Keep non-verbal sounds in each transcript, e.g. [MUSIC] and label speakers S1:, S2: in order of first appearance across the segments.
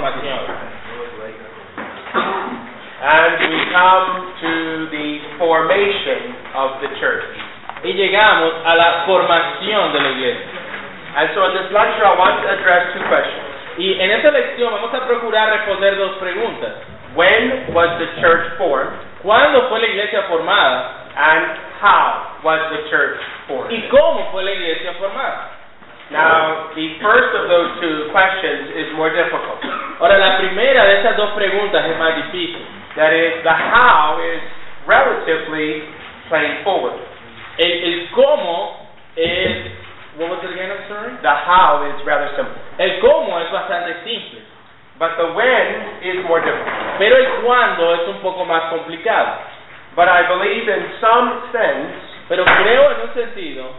S1: subordinación.
S2: And we come to the formation of the church.
S1: Y llegamos a la formación de la iglesia.
S2: And so in this lecture, I want to address two questions.
S1: Y en esta lección vamos a procurar responder dos preguntas.
S2: When was the church formed?
S1: ¿Cuándo fue la iglesia formada?
S2: And how was the church formed?
S1: ¿Y cómo fue la iglesia formada?
S2: Now, the first of those two questions is more difficult.
S1: Ahora, la primera de esas dos preguntas es más difícil.
S2: That is, the how is relatively straightforward.
S1: El, el cómo es... what was it again, I'm sorry?
S2: The how is rather simple.
S1: El cómo es bastante simple,
S2: But the when is more difficult.
S1: pero el cuándo es un poco más complicado.
S2: But I believe in some sense
S1: Pero creo en un sentido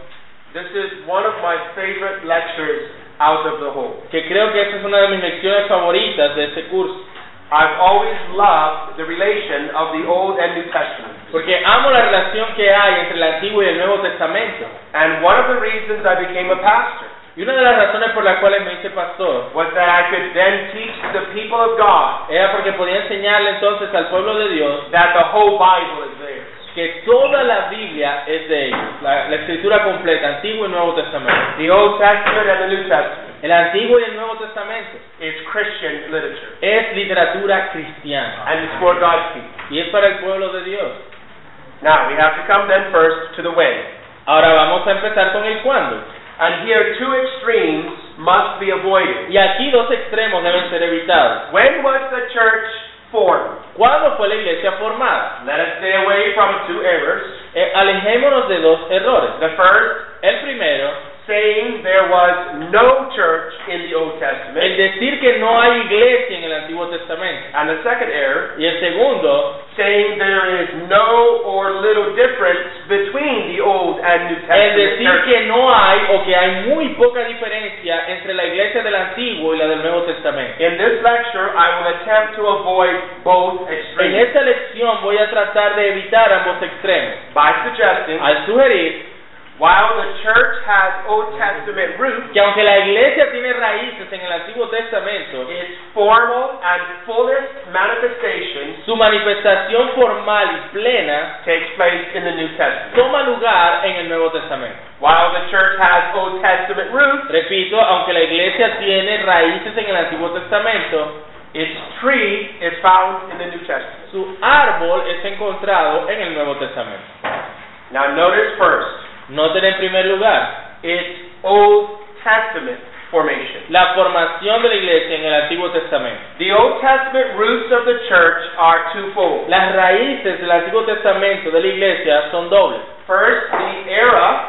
S2: This is one of my favorite lectures out of the whole.
S1: que creo que esta es una de mis lecciones favoritas de este curso,
S2: I've always loved the relation of the Old and New Testament.
S1: porque amo la relación que hay entre el Antiguo y el Nuevo Testamento.
S2: And one of the reasons I became a pastor
S1: Y una de las razones por las cuales me hice pastor
S2: was that I could then teach the people of God
S1: era porque podía enseñarle entonces al pueblo de Dios
S2: that the whole Bible is theirs.
S1: que toda la Biblia es de ellos, la, la escritura completa, Antiguo y Nuevo Testamento.
S2: The Old Testament and the New Testament
S1: El Antiguo y el Nuevo Testamento
S2: is Christian literature,
S1: es literatura cristiana
S2: and it's for God's people.
S1: y es para el pueblo de Dios.
S2: Now, we have to come then first to the when.
S1: Ahora vamos a empezar con el cuándo.
S2: And here, two extremes must be avoided.
S1: Y aquí dos extremos deben ser evitados.
S2: When was the church formed?
S1: ¿Cuándo fue la iglesia formada?
S2: Let us stay away from two errors.
S1: Eh, alejémonos de dos errores.
S2: The first,
S1: El primero,
S2: saying there was no church in the Old
S1: el
S2: Testament.
S1: decir que no hay iglesia en el Antiguo Testamento.
S2: And the second error,
S1: Y el segundo,
S2: saying there is no or little difference between the Old and New
S1: el
S2: Testament
S1: decir
S2: churches.
S1: que no hay o que hay muy poca diferencia entre la iglesia del Antiguo y la del Nuevo Testamento.
S2: In this lecture, I will attempt to avoid both
S1: En
S2: extremes
S1: esta lección voy a tratar de evitar ambos extremos
S2: by suggesting
S1: al sugerir
S2: while the church has Old Testament roots,
S1: que aunque la iglesia tiene raíces en el Antiguo Testamento,
S2: its formal and fullest manifestation
S1: su manifestación formal y plena
S2: takes place in the New Testament.
S1: toma lugar en el Nuevo Testamento.
S2: While the church has Old Testament roots,
S1: Repito, aunque la iglesia tiene raíces en el Antiguo Testamento,
S2: Its tree is found in the New Testament.
S1: su árbol es encontrado en el Nuevo Testamento.
S2: Now notice first,
S1: Noten en primer lugar
S2: it's Old Testament formation.
S1: la formación de la iglesia en el Antiguo Testamento.
S2: The Old Testament roots of the church are twofold.
S1: Las raíces del Antiguo Testamento de la iglesia son dobles.
S2: First, the era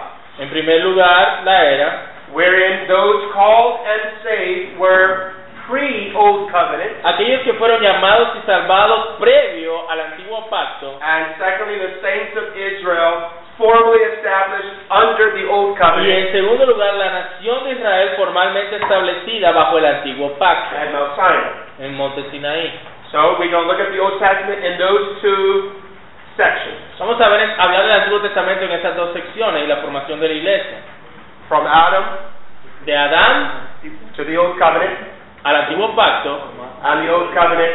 S1: En primer lugar, la era,
S2: wherein those called and saved were pre-Old Covenant.
S1: aquellos que fueron llamados y salvados previo al Antiguo Pacto,
S2: And secondly, the saints of Israel formally established under the Old
S1: y
S2: Covenant
S1: en segundo lugar, la nación de Israel formalmente establecida bajo el Antiguo Pacto,
S2: at Mount Sinai.
S1: en Monte Sinaí.
S2: So we're going to look at the Old Testament in those two sections.
S1: Vamos a ver, hablar del Antiguo Testamento en estas dos secciones y la formación de la iglesia.
S2: From Adam
S1: De Adán
S2: to the old covenant
S1: al antiguo pacto
S2: and the old covenant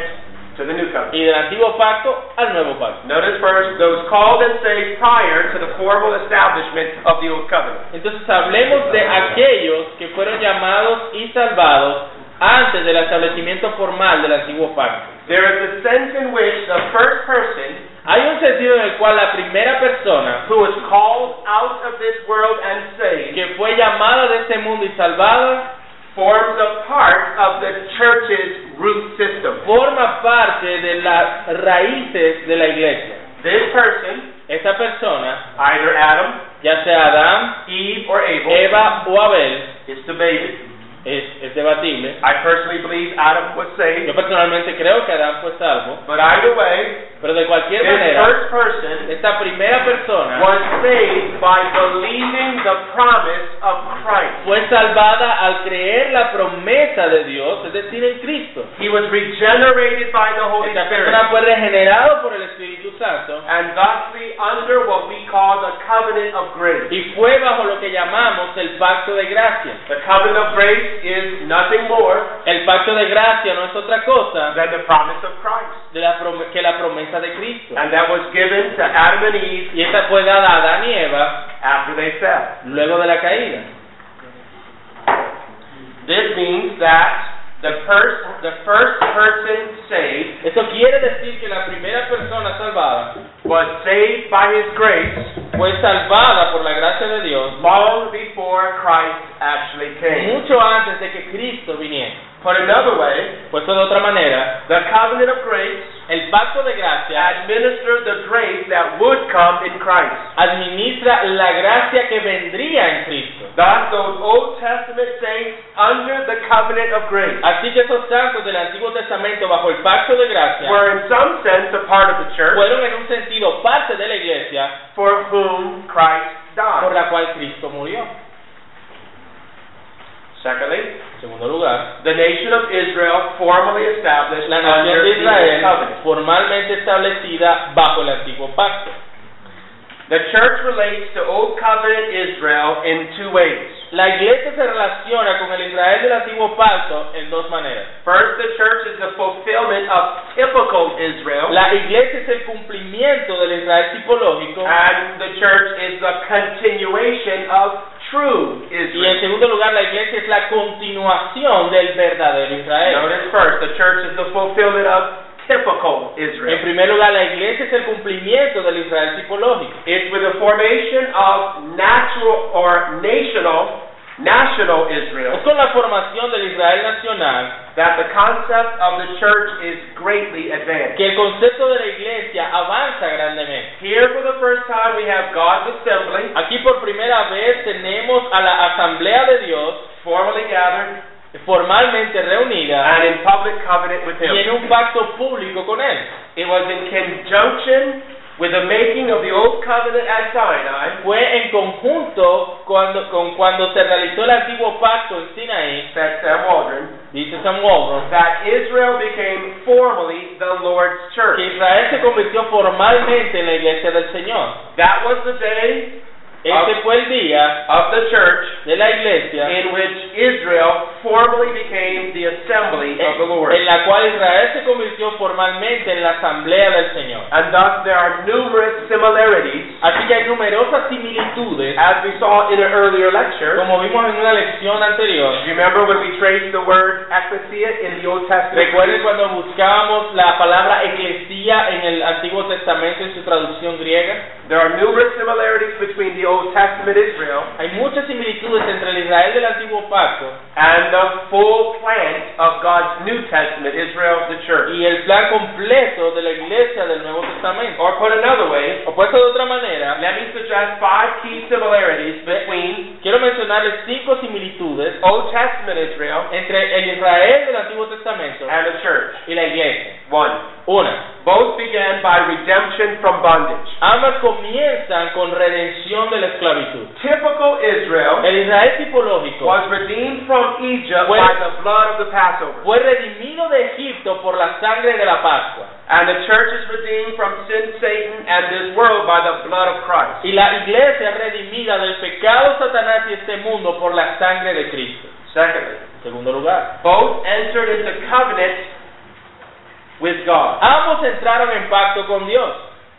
S2: to the new covenant.
S1: y del antiguo pacto al nuevo pacto.
S2: Notice first those called and saved prior to the formal establishment of the old covenant.
S1: Entonces hablemos de aquellos que fueron llamados y salvados antes del establecimiento formal del antiguo pacto.
S2: There is a sense in which the first person
S1: Hay un sentido en el cual la primera persona
S2: who was called out of this world and saved
S1: que fue llamada de este mundo y salvada
S2: forms a part of the church's root system.
S1: forma parte de las raíces de la iglesia.
S2: This person,
S1: Esa persona,
S2: either Adam,
S1: ya sea Adán,
S2: Eve, or Abel,
S1: Eva o Abel,
S2: is debated.
S1: es, es debatible.
S2: I personally believe Adam was
S1: Yo
S2: saved,
S1: personalmente creo que Adán fue salvo,
S2: but either way,
S1: pero de
S2: this
S1: cualquier manera,
S2: first person
S1: esta primera persona
S2: was saved by believing the promise of Christ.
S1: fue salvada al creer la promesa de Dios, es decir, en Cristo.
S2: He was regenerated by the Holy
S1: Esta
S2: Spirit
S1: persona fue regenerado por el Espíritu Santo
S2: and thusly under what we call the covenant of grace.
S1: y fue bajo lo que llamamos el pacto de gracia.
S2: The covenant of grace is nothing more
S1: El pacto de gracia no es otra cosa
S2: than the promise of Christ.
S1: de la prom- que la promesa de Cristo.
S2: And that was given to Adam and Eve
S1: Y esta fue dada a Adán y Eva
S2: after they fell.
S1: luego de la caída.
S2: This means that the first, the first person saved
S1: Eso quiere decir que la primera persona salvada
S2: was saved by his grace
S1: fue salvada por la gracia de Dios
S2: long before Christ actually came.
S1: mucho antes de que Cristo viniera.
S2: Put another way,
S1: Puesto de otra manera,
S2: the covenant of grace
S1: el pacto de gracia
S2: administered the grace that would come in Christ.
S1: administra la gracia que vendría en Cristo.
S2: Thus, those Old Testament saints under the covenant of grace
S1: Así que esos santos del Antiguo Testamento bajo el pacto de gracia
S2: were in some sense a part of the church
S1: fueron en un sentido parte de la iglesia
S2: for whom Christ
S1: por
S2: died.
S1: la cual Cristo murió.
S2: Secondly,
S1: En segundo lugar,
S2: the nation of Israel formally established
S1: la nación
S2: under
S1: de
S2: the
S1: Israel
S2: covenant.
S1: formalmente establecida bajo el Antiguo Pacto.
S2: The church relates to Old Covenant Israel in two ways.
S1: La iglesia se relaciona con el Israel del Antiguo Pacto en dos maneras.
S2: First, the church is the fulfillment of typical Israel,
S1: La iglesia es el cumplimiento del Israel tipológico
S2: and the church is the continuation of true
S1: y en
S2: Israel.
S1: segundo lugar la iglesia es la continuación del verdadero Israel.
S2: Notice first, the church is the fulfillment of typical
S1: En
S2: Israel.
S1: primer lugar la iglesia es el cumplimiento del Israel tipológico.
S2: It's with the formation of natural or national, national
S1: Es
S2: Israel
S1: con la formación del Israel nacional
S2: that the concept of the church is greatly advanced.
S1: que el concepto de la iglesia avanza grandemente.
S2: Here, for the first time, we have God's assembly
S1: Aquí por primera vez tenemos a la Asamblea de Dios
S2: formally gathered
S1: formalmente reunida
S2: and in public covenant with Him.
S1: y en un pacto público con Él.
S2: It was in conjunction with the making of the Old Covenant at Sinai
S1: Fue en conjunto cuando, con cuando se realizó el antiguo pacto en Sinaí,
S2: that Sam Waldron,
S1: dice Sam Walton,
S2: that Israel became formally the Lord's
S1: que
S2: church.
S1: Israel se convirtió formalmente en la iglesia del Señor.
S2: That was the day
S1: Este fue el día
S2: of the church
S1: de la iglesia
S2: in which Israel formally became the assembly of the Lord.
S1: en la cual Israel se convirtió formalmente en la asamblea del Señor.
S2: And thus there are numerous similarities,
S1: Así que hay numerosas similitudes,
S2: as we saw in an earlier lecture.
S1: como vimos en una lección anterior,
S2: Remember when we traced the word ecclesia in the Old Testament?
S1: Recuerden cuando buscábamos la palabra eclesía en el Antiguo Testamento en su traducción griega.
S2: There are numerous similarities between the Old Testament Israel
S1: Hay muchas similitudes entre el Israel del Antiguo Pacto
S2: and the full plan of God's New Testament, Israel, the church.
S1: y el plan completo de la Iglesia del Nuevo Testamento.
S2: Or put another way,
S1: O puesto de otra manera,
S2: let me suggest five key similarities between
S1: quiero mencionarles cinco similitudes
S2: Old Testament Israel
S1: entre el Israel del Antiguo Testamento
S2: and the church.
S1: y la Iglesia.
S2: One,
S1: Una,
S2: both began by redemption from bondage.
S1: ambas comienzan con redención de la esclavitud.
S2: Typical Israel
S1: El Israel tipológico
S2: was redeemed from Egypt by the blood of the Passover,
S1: fue redimido de Egipto por la sangre de la Pascua.
S2: and the church is redeemed from sin, Satan, and this world by the blood of Christ.
S1: Y la iglesia es redimida del pecado, Satanás y este mundo por la sangre de Cristo.
S2: Secondly,
S1: En segundo lugar,
S2: both entered into covenant with God.
S1: ambos entraron en pacto con Dios.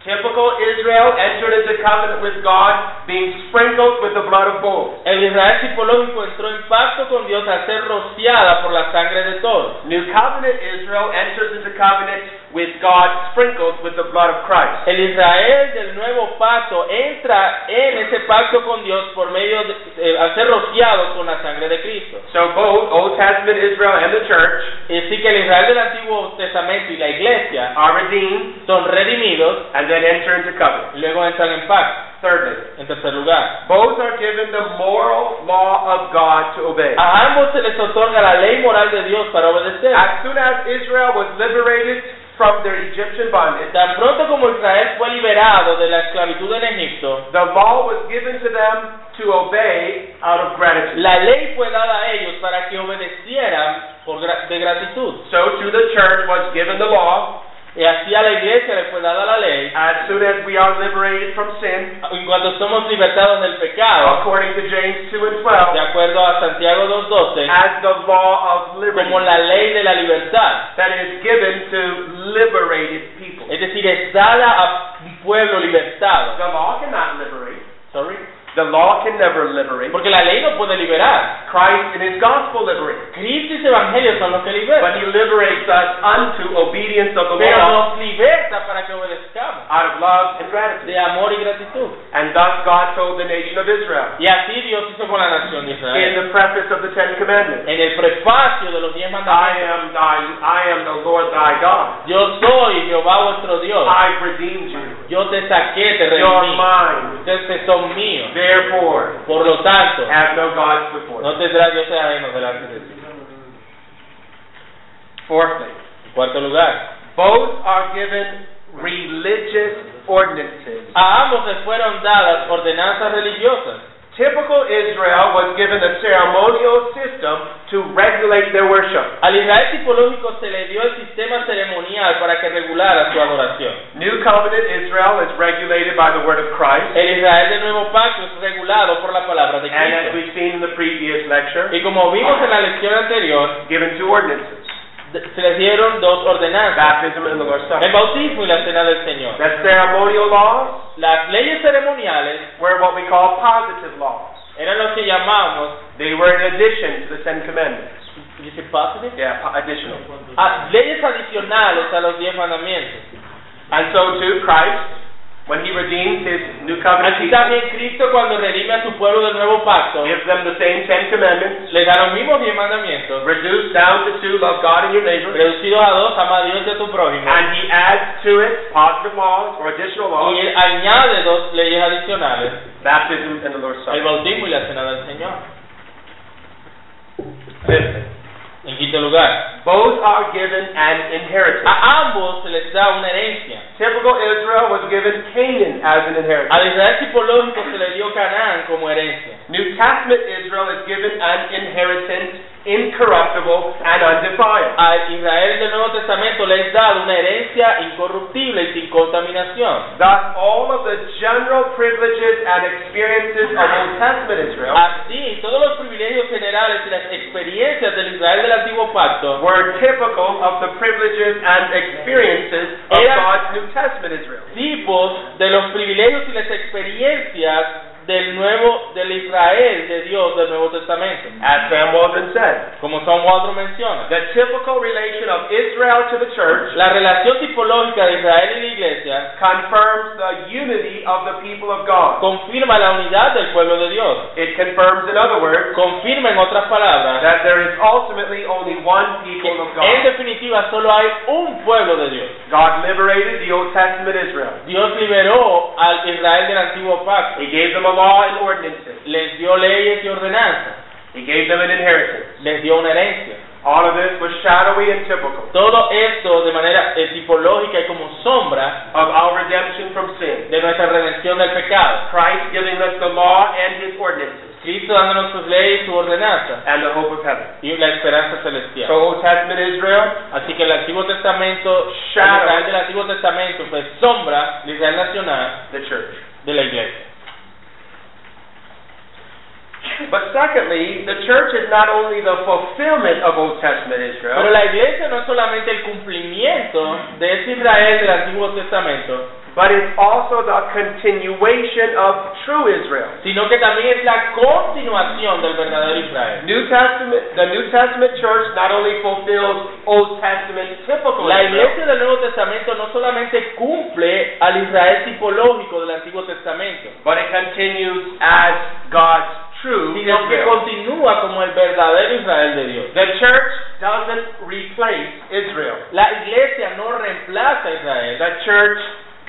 S2: Typical Israel entered into covenant with God, being sprinkled with the blood of bulls.
S1: El Israel tipológico entró en pacto con Dios al ser rociada por la sangre de todos.
S2: New covenant Israel enters into covenant with God, sprinkled with the blood of Christ.
S1: El Israel del nuevo pacto entra en ese pacto con Dios por medio de, eh, al ser rociado con la sangre de Cristo.
S2: So both Old Testament Israel and the church
S1: Así que el Israel del Antiguo Testamento y la iglesia
S2: are redeemed
S1: son redimidos
S2: and then enter into covenant.
S1: y luego entran en pacto.
S2: Thirdly,
S1: En tercer lugar,
S2: both are given the moral law of God to obey.
S1: A ambos se les otorga la ley moral de Dios para obedecer.
S2: As soon as Israel was liberated from their Egyptian bondage,
S1: Tan pronto como Israel fue liberado de la esclavitud en Egipto,
S2: the law was given to them to obey out of gratitude.
S1: la ley fue dada a ellos para que obedecieran por gra- de gratitud.
S2: So to the church was given the law.
S1: Y así a la iglesia le fue dada la ley.
S2: As soon as we are liberated from sin,
S1: En cuanto somos libertados del pecado,
S2: according to James 2 and
S1: de
S2: 12,
S1: acuerdo a Santiago 2.12,
S2: as the law of liberty
S1: como la ley de la libertad,
S2: that is given to liberated people.
S1: es decir, es dada a un pueblo libertado.
S2: The law cannot liberate.
S1: Sorry.
S2: The law can never liberate.
S1: Porque la ley no puede liberar.
S2: Christ and his gospel liberates.
S1: Cristo y su evangelio son los que
S2: But he
S1: liberan.
S2: liberates us unto obedience of the
S1: Pero
S2: law
S1: nos liberta para que obedezcamos
S2: out of love and gratitude.
S1: de amor y gratitud.
S2: And thus God told the nation of Israel
S1: Y así Dios hizo con la nación de
S2: in
S1: Israel.
S2: the preface of the Ten Commandments
S1: En el prefacio de los diez
S2: I
S1: mandamientos,
S2: am thy I am the Lord thy God.
S1: yo soy Jehová vuestro Dios.
S2: I redeemed you.
S1: Yo te saqué, te
S2: You're
S1: redimí.
S2: mine.
S1: Ustedes son míos.
S2: Therefore
S1: Por lo tanto,
S2: have no gods before. me.
S1: no tendrás dioses ajenos delante de ti.
S2: Fourthly,
S1: En cuarto lugar,
S2: both are given religious ordinances.
S1: a ambos les fueron dadas ordenanzas religiosas.
S2: Typical Israel was given a ceremonial system to regulate their worship.
S1: Al Israel tipológico se le dio el sistema ceremonial para que regulara su adoración.
S2: New covenant Israel is regulated by the word of Christ.
S1: El Israel del Nuevo Pacto es regulado por la palabra de
S2: And as
S1: Cristo.
S2: we've seen in the previous lecture,
S1: Y como vimos en la lección anterior,
S2: given two ordinances
S1: de- se les dieron dos ordenanzas.
S2: baptism and the Lord's
S1: El
S2: Supper.
S1: bautismo y la cena del Señor.
S2: The ceremonial laws
S1: Las leyes ceremoniales
S2: were what we call positive laws.
S1: eran lo que llamamos
S2: They were in addition to the Ten Commandments.
S1: ¿Is it positive?
S2: Yeah, po- additional.
S1: Ah, leyes adicionales a los diez mandamientos.
S2: And so too, Christ, when he redeems his new covenant
S1: Así
S2: people,
S1: también Cristo cuando redime a su pueblo del nuevo pacto,
S2: gives them the same Ten Commandments,
S1: le da los mismos diez mandamientos,
S2: reduced down to two, love God and your neighbor.
S1: reducidos a dos, ama a Dios y a tu prójimo,
S2: And he adds to it positive laws or additional
S1: y
S2: laws,
S1: él añade dos leyes adicionales,
S2: baptism and the Lord's
S1: el
S2: Supper.
S1: bautismo y la cena del Señor.
S2: Fifth,
S1: En quinto lugar,
S2: both are given an inheritance.
S1: a ambos se les da una herencia.
S2: Typical Israel was given Canaan as an inheritance.
S1: Al Israel tipológico se le dio Canaán como herencia.
S2: New Testament Israel is given an inheritance incorruptible and undefiled.
S1: Al Israel del Nuevo Testamento le es dado una herencia incorruptible y sin contaminación.
S2: Thus, all of the general privileges and experiences of Old Testament Israel
S1: Así, todos los privilegios generales y las experiencias del Israel del Antiguo Pacto
S2: were typical of the privileges and experiences of
S1: Era-
S2: God's New Testament Israel.
S1: tipos de los privilegios y las experiencias del nuevo del Israel de Dios del Nuevo Testamento.
S2: As Sam Walton said,
S1: Como San Waldo menciona,
S2: The typical relation of Israel to the church
S1: la relación tipológica de Israel y la Iglesia
S2: confirms the unity of the people of God.
S1: confirma la unidad del pueblo de Dios.
S2: It confirms, in other words,
S1: Confirma en otras palabras
S2: that there is ultimately only one people of
S1: que en
S2: God.
S1: definitiva solo hay un pueblo de Dios.
S2: God liberated the Old Testament Israel.
S1: Dios liberó al Israel del Antiguo Pacto,
S2: He gave them a law and ordinances.
S1: les dio leyes y ordenanzas,
S2: He gave them an inheritance.
S1: les dio una herencia.
S2: All of this was shadowy and typical
S1: Todo esto de manera eh, tipológica y como sombra
S2: of our redemption from sin.
S1: de nuestra redención del pecado.
S2: Christ giving us the law and his ordinances
S1: Cristo dándonos sus leyes y su ordenanza
S2: and the hope of heaven.
S1: y la esperanza
S2: So
S1: celestial.
S2: Old Testament Israel,
S1: Así que el Antiguo Testamento, el
S2: Shadow.
S1: Israel del Antiguo Testamento fue sombra, el Israel nacional
S2: the church.
S1: de la iglesia.
S2: But secondly, the church is not only the fulfillment of Old Testament Israel,
S1: Pero la iglesia no es solamente el cumplimiento de ese Israel del Antiguo Testamento,
S2: but it's also the continuation of true Israel.
S1: sino que también es la continuación del verdadero Israel.
S2: New Testament, the New Testament church not only fulfills Old Testament typical
S1: La
S2: Israel,
S1: iglesia del Nuevo Testamento no solamente cumple al Israel tipológico del Antiguo Testamento,
S2: but it continues as God's true
S1: sino que
S2: Israel.
S1: continúa como el verdadero Israel de Dios.
S2: The church doesn't replace Israel.
S1: La iglesia no reemplaza a Israel,
S2: The church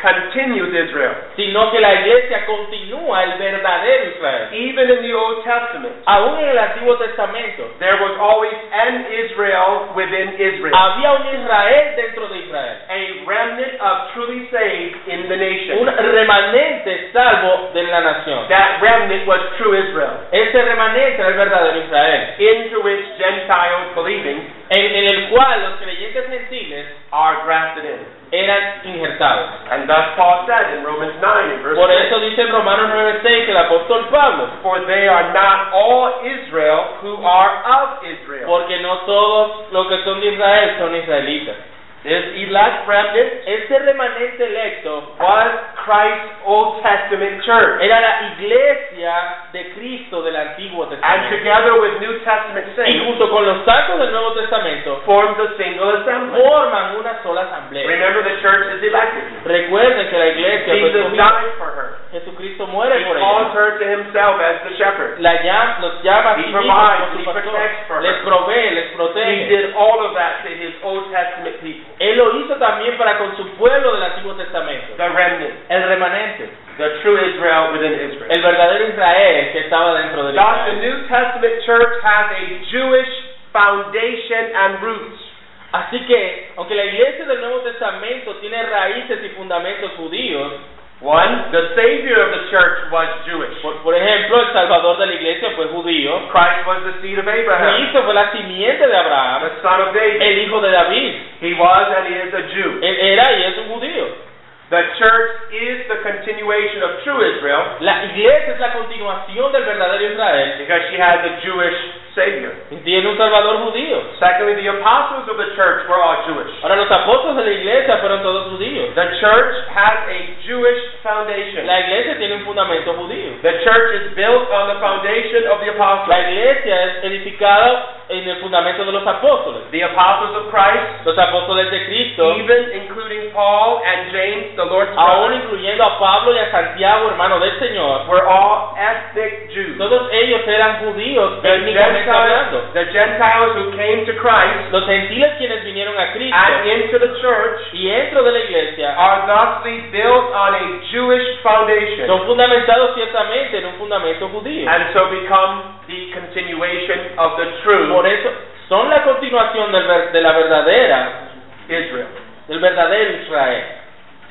S2: continues Israel.
S1: sino que la iglesia continúa el verdadero Israel.
S2: Even in the Old Testament,
S1: Aún en el Antiguo Testamento
S2: there was always an Israel within Israel.
S1: Um, había un Israel dentro de Israel.
S2: a remnant of truly saved in the
S1: Un
S2: nation.
S1: remanente salvo de la nación.
S2: That remnant was true Israel,
S1: Ese remanente era el verdadero Israel,
S2: into which Gentile believing
S1: en, en el cual los creyentes gentiles
S2: are grafted in.
S1: eran injertados.
S2: And thus Paul said in Romans 9 and verse
S1: Por
S2: 6,
S1: eso dice en Romanos 9:6 que el apóstol Pablo,
S2: For they are not all Israel who are of Israel.
S1: porque no todos los que son de Israel son israelitas.
S2: This elect remnant
S1: Ese remanente electo
S2: was Christ's Old Testament church.
S1: era la iglesia de Cristo del Antiguo
S2: And
S1: Testamento.
S2: together with New Testament
S1: Y
S2: saints,
S1: junto con los santos del Nuevo Testamento
S2: formed a single assembly.
S1: forman una sola asamblea.
S2: Remember, the church is elected.
S1: Recuerden que la iglesia fue
S2: Jesus
S1: escogida.
S2: died for her.
S1: Jesucristo
S2: He
S1: muere por
S2: calls
S1: ella.
S2: her to himself as the shepherd.
S1: La llama, los llama a sí
S2: He
S1: mismo
S2: provides,
S1: como
S2: he
S1: su
S2: protects for
S1: pastor.
S2: her.
S1: Les provee, les
S2: He
S1: protege.
S2: did all of that to his Old Testament people,
S1: Él lo hizo también para con su pueblo del Antiguo Testamento.
S2: the remnant,
S1: El remanente.
S2: the true Israel within Israel.
S1: El verdadero Israel que estaba dentro de
S2: Thus, the
S1: Israel.
S2: New Testament church has a Jewish foundation and roots.
S1: Así que, aunque la iglesia del Nuevo Testamento tiene raíces y fundamentos judíos,
S2: One, the Savior of the church was Jewish.
S1: por, por ejemplo, el Salvador de la iglesia fue judío,
S2: Christ was the seed of Abraham,
S1: Cristo fue la simiente de Abraham,
S2: the son of David.
S1: el hijo de David.
S2: He was and he is a Jew.
S1: Él era y es un judío.
S2: The church is the continuation of true Israel
S1: La iglesia es la continuación del verdadero Israel.
S2: because she has a Jewish Savior.
S1: y Tiene un Salvador judío.
S2: Secondly, the apostles of the church were all Jewish.
S1: Ahora, los apóstoles de la iglesia fueron todos judíos.
S2: The church has a Jewish foundation.
S1: La iglesia tiene un fundamento judío.
S2: The church is built on the foundation of the apostles.
S1: La iglesia es edificada en el fundamento de los apóstoles.
S2: The apostles of Christ,
S1: Los apóstoles de Cristo,
S2: even including Paul and James, the Lord's
S1: aún
S2: brothers,
S1: incluyendo a Pablo y a Santiago, hermano del Señor,
S2: were all ethnic Jews.
S1: todos ellos eran judíos,
S2: The
S1: técnicamente
S2: Gentiles,
S1: hablando.
S2: the Gentiles who came to Christ
S1: Los gentiles quienes vinieron a
S2: and
S1: Cristo
S2: into the church
S1: y dentro de la iglesia
S2: are thusly built on a Jewish foundation
S1: son fundamentados ciertamente en un fundamento judío.
S2: and so become the continuation of the true
S1: Por eso son la continuación del ver- de la verdadera,
S2: Israel.
S1: del verdadero Israel.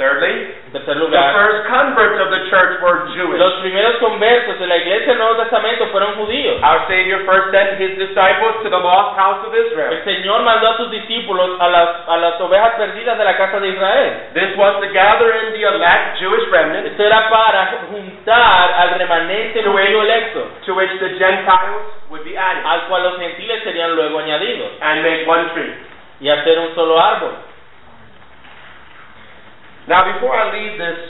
S2: Thirdly,
S1: En tercer
S2: the
S1: lugar,
S2: first converts of the church were Jewish.
S1: Los primeros conversos de la iglesia del Nuevo Testamento fueron judíos.
S2: Our Savior first sent his disciples to the lost house of Israel.
S1: El Señor mandó a sus discípulos a las, a las ovejas perdidas de la casa de Israel.
S2: This was to gather in the elect Jewish remnant
S1: Esto era para juntar al remanente judío electo,
S2: to which the Gentiles would be added
S1: al cual los gentiles serían luego añadidos,
S2: and make one tree.
S1: y hacer un solo árbol.
S2: Now, before I leave this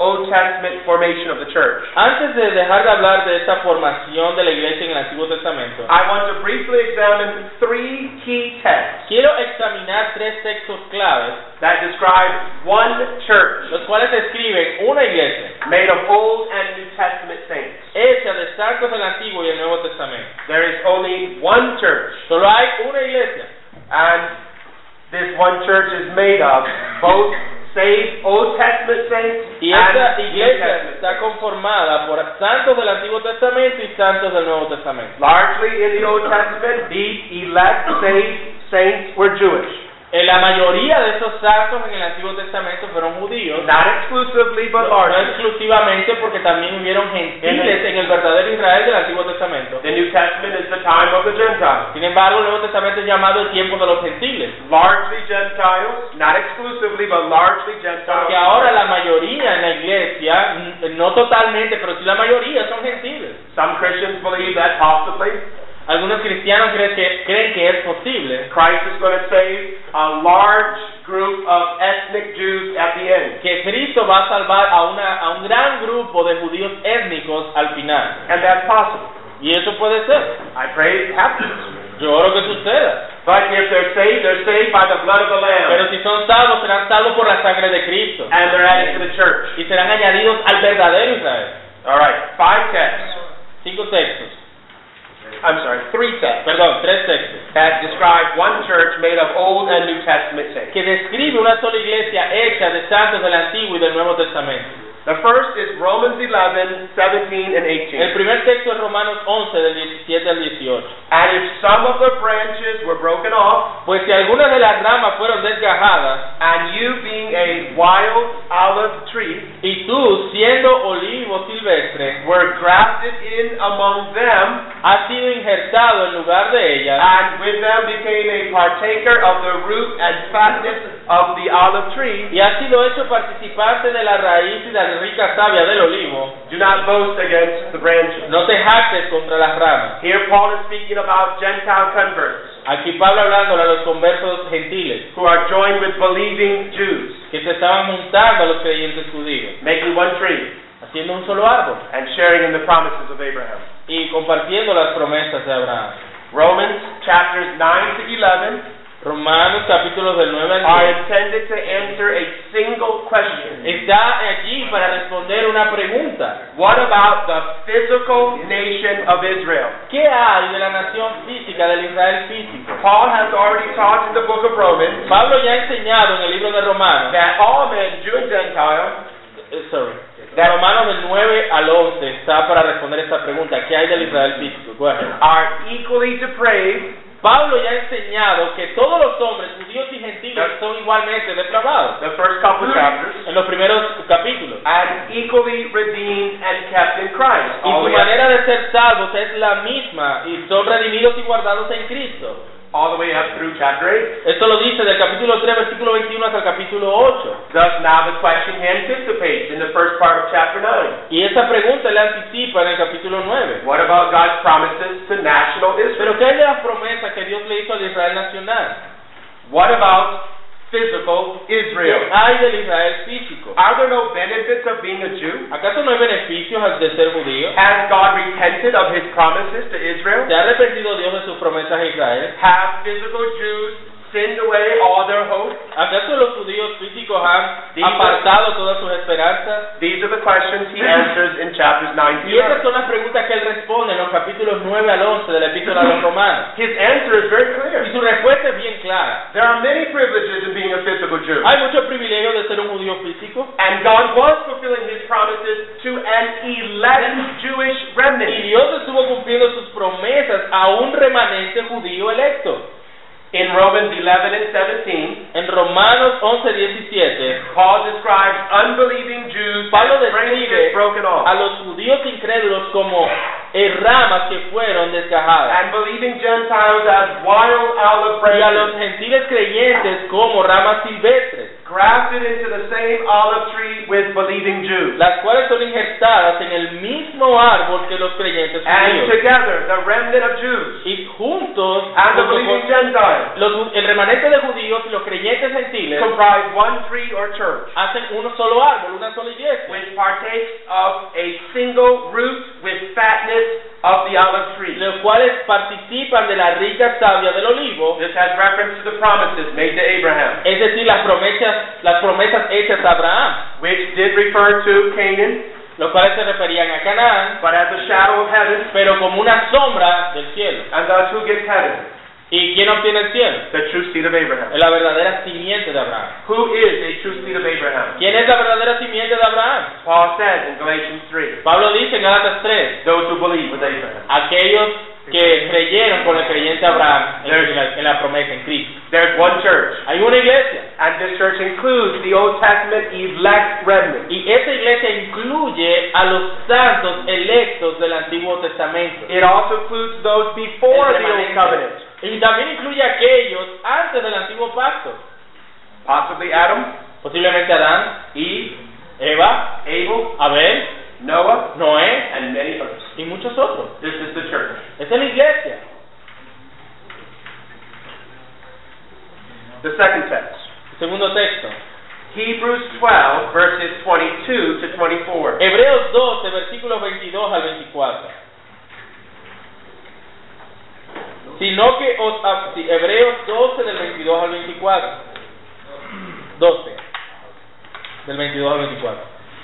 S2: Old Testament formation of the church,
S1: Antes de dejar de hablar de esta formación de la iglesia en el Antiguo Testamento,
S2: I want to briefly examine three key texts
S1: quiero examinar tres textos claves,
S2: that describe one church
S1: los cuales describen una iglesia,
S2: made of Old and New Testament saints.
S1: hecha de santos del Antiguo y el Nuevo Testamento.
S2: There is only one church,
S1: Solo hay una iglesia.
S2: and this one church is made of both saved Old Testament saints
S1: Y
S2: and
S1: esta
S2: New
S1: iglesia
S2: Testament
S1: está
S2: saints.
S1: conformada por santos del Antiguo Testamento y santos del Nuevo Testamento.
S2: Largely in the Old Testament, these elect saved saints were Jewish.
S1: Eh, La mayoría de esos santos en el Antiguo Testamento fueron judíos, no,
S2: Not exclusively, but
S1: no
S2: largely.
S1: exclusivamente porque también hubieron gentiles en el verdadero Israel del Antiguo Testamento.
S2: The New Testament is the time of the Gentiles.
S1: Sin embargo, el Nuevo Testamento es llamado el tiempo de los gentiles,
S2: Largely Gentiles, not exclusively, but largely Gentiles.
S1: porque ahora la mayoría en la iglesia, mm, no totalmente, pero sí la mayoría son gentiles.
S2: Some Christians believe that possibly
S1: Algunos cristianos creen que, creen que es posible
S2: Christ is going to save a large group of ethnic Jews at the end.
S1: que Cristo va a salvar a, una, a un gran grupo de judíos étnicos al final.
S2: And that's possible.
S1: Y eso puede ser.
S2: I pray it happens.
S1: Yo oro que suceda.
S2: But if they're saved, they're saved by the blood of the Lamb.
S1: Pero si son salvos, serán salvos por la sangre de Cristo.
S2: And they're added to the church.
S1: Y serán añadidos al verdadero Israel.
S2: All right, five texts.
S1: Cinco textos.
S2: I'm sorry, three texts
S1: Perdón, tres textos.
S2: that describe one church made of Old and New Testament saints.
S1: Que describe una sola iglesia hecha de santos del Antiguo y del Nuevo Testamento.
S2: The first is Romans 11, 17, and
S1: El
S2: 18.
S1: primer texto es Romanos 11, del 17 al 18.
S2: And if some of the branches were broken off,
S1: Pues si algunas de las ramas fueron desgajadas
S2: and you being a wild olive tree
S1: Y tú, siendo olivo silvestre,
S2: were grafted in among them
S1: has sido injertado en lugar de ellas
S2: and with them became a partaker of the root and fatness of the olive tree.
S1: y ha sido hecho participante de la raíz y de la rica savia del olivo.
S2: Do not boast against the branches.
S1: No te jactes contra las ramas.
S2: Here Paul is speaking about Gentile converts
S1: Aquí Pablo hablándole a los conversos gentiles
S2: who are joined with believing Jews,
S1: que se estaban juntando a los creyentes judíos,
S2: making one tree
S1: haciendo un solo árbol
S2: and sharing in the promises of Abraham.
S1: y compartiendo las promesas de Abraham.
S2: Romans chapters 9 to 11
S1: Romanos capítulos del 9
S2: are
S1: al 10
S2: intended to answer a single question.
S1: está allí para responder una pregunta.
S2: What about the physical nation of Israel?
S1: ¿Qué hay de la nación física, del Israel físico?
S2: Paul has already taught in the book of Romans
S1: Pablo ya ha enseñado en el libro de Romanos,
S2: that all men, Jew and Gentile,
S1: eh, sorry, de Romanos del 9 al 11 está para responder esta pregunta. ¿Qué hay del Israel físico? Go ahead.
S2: are equally depraved.
S1: Pablo ya ha enseñado que todos los hombres, judíos y gentiles, son igualmente depravados
S2: The first couple chapters.
S1: en los primeros capítulos.
S2: And equally redeemed and kept in Christ.
S1: Y
S2: All
S1: su
S2: the, way up,
S1: manera de ser salvos es la misma y son redimidos y guardados en Cristo.
S2: all the way up through chapter
S1: Esto lo dice del capítulo 3, versículo 21 hasta el capítulo 8.
S2: 8. Thus now the question he anticipates in the first part of chapter 9.
S1: Y esa pregunta la anticipa en el capítulo 9.
S2: What about God's promises to national Israel?
S1: Pero ¿qué es de las promesas que Dios le hizo al Israel nacional?
S2: What about physical
S1: ¿Qué
S2: Israel?
S1: hay del Israel físico?
S2: Are there no benefits of being a Jew?
S1: ¿Acaso no hay beneficios al de ser judío?
S2: Has God repented of his promises to Israel?
S1: ¿Se ha arrepentido Dios de sus promesas a Israel?
S2: Have physical Jews sinned away all their hope?
S1: ¿Acaso los judíos físicos han
S2: Sí.
S1: apartado todas sus esperanzas?
S2: These are the questions he answers in chapters 9 to
S1: Y esas son las preguntas que él responde en los capítulos 9 al 11 de la epístola a los romanos.
S2: 11. His answer is very clear.
S1: Y su respuesta es bien clara.
S2: There are many privileges in being a physical Jew.
S1: Hay muchos privilegios de ser un judío físico.
S2: And God was fulfilling his promises to an elect Jewish
S1: Y
S2: remnant.
S1: Dios estuvo cumpliendo sus promesas a un remanente judío electo.
S2: In Romans 11 and 17,
S1: En Romanos 11, 17,
S2: Paul describes unbelieving Jews
S1: Pablo
S2: as branches
S1: describe
S2: broken
S1: a
S2: off
S1: los judíos incrédulos como eh, ramas que fueron desgajadas.
S2: and believing Gentiles as wild olive
S1: Y a los
S2: branches
S1: gentiles creyentes como ramas silvestres,
S2: grafted into the same olive tree with believing Jews.
S1: las cuales son injertadas en el mismo árbol que los creyentes
S2: And
S1: judíos.
S2: together, the remnant of Jews
S1: Y juntos,
S2: and the
S1: junto
S2: believing
S1: con
S2: Gentiles
S1: los ju- el remanente de judíos y los creyentes gentiles
S2: comprise one tree or church,
S1: hacen un solo árbol, una sola iglesia.
S2: which partakes of a single root with fatness of the olive tree.
S1: los cuales participan de la rica savia del olivo,
S2: This has reference to the promises made to Abraham,
S1: es decir, las promesas, las promesas hechas a Abraham,
S2: which did refer to Canaan,
S1: los cuales se referían a Canaán,
S2: but as a shadow of heaven.
S1: pero como una sombra del cielo.
S2: And thus, who gets heaven?
S1: ¿Y quién obtiene el cielo?
S2: The true seed of Abraham.
S1: La verdadera simiente de Abraham.
S2: Who is a true seed of Abraham?
S1: ¿Quién es la verdadera simiente de Abraham?
S2: Paul says in Galatians 3
S1: Pablo dice en Gálatas 3,
S2: those who believe with Abraham.
S1: aquellos que creyeron con el creyente Abraham en la, en la promesa en Cristo.
S2: There's one church,
S1: Hay una iglesia
S2: and this church includes the Old Testament elect remnant.
S1: y esa iglesia incluye a los santos electos del Antiguo Testamento.
S2: It also includes those before the Old Covenant,
S1: Y también incluye a aquellos antes del antiguo pacto.
S2: possibly Adam,
S1: Posiblemente Adán,
S2: Eve,
S1: Eva,
S2: Abel,
S1: Abel,
S2: Noah,
S1: Noé
S2: and many others.
S1: y muchos otros.
S2: This is the church.
S1: Esa es la iglesia.
S2: The second text.
S1: Segundo texto.
S2: Hebrews 12, verses 22 to 24.
S1: Hebreos 12, versículos 22 al 24. Sino que os... absti- Hebreos 12 del 22 al 24. 12. Del 22 al 24.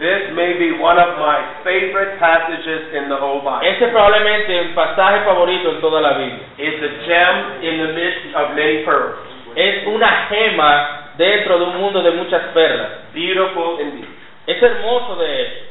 S2: be one of my favorite passages in the whole Bible.
S1: Este es probablemente el pasaje favorito en toda la Biblia.
S2: It's a gem in the midst of many pearls.
S1: Es una gema dentro de un mundo de muchas perlas.
S2: Beautiful indeed.
S1: Es hermoso de él.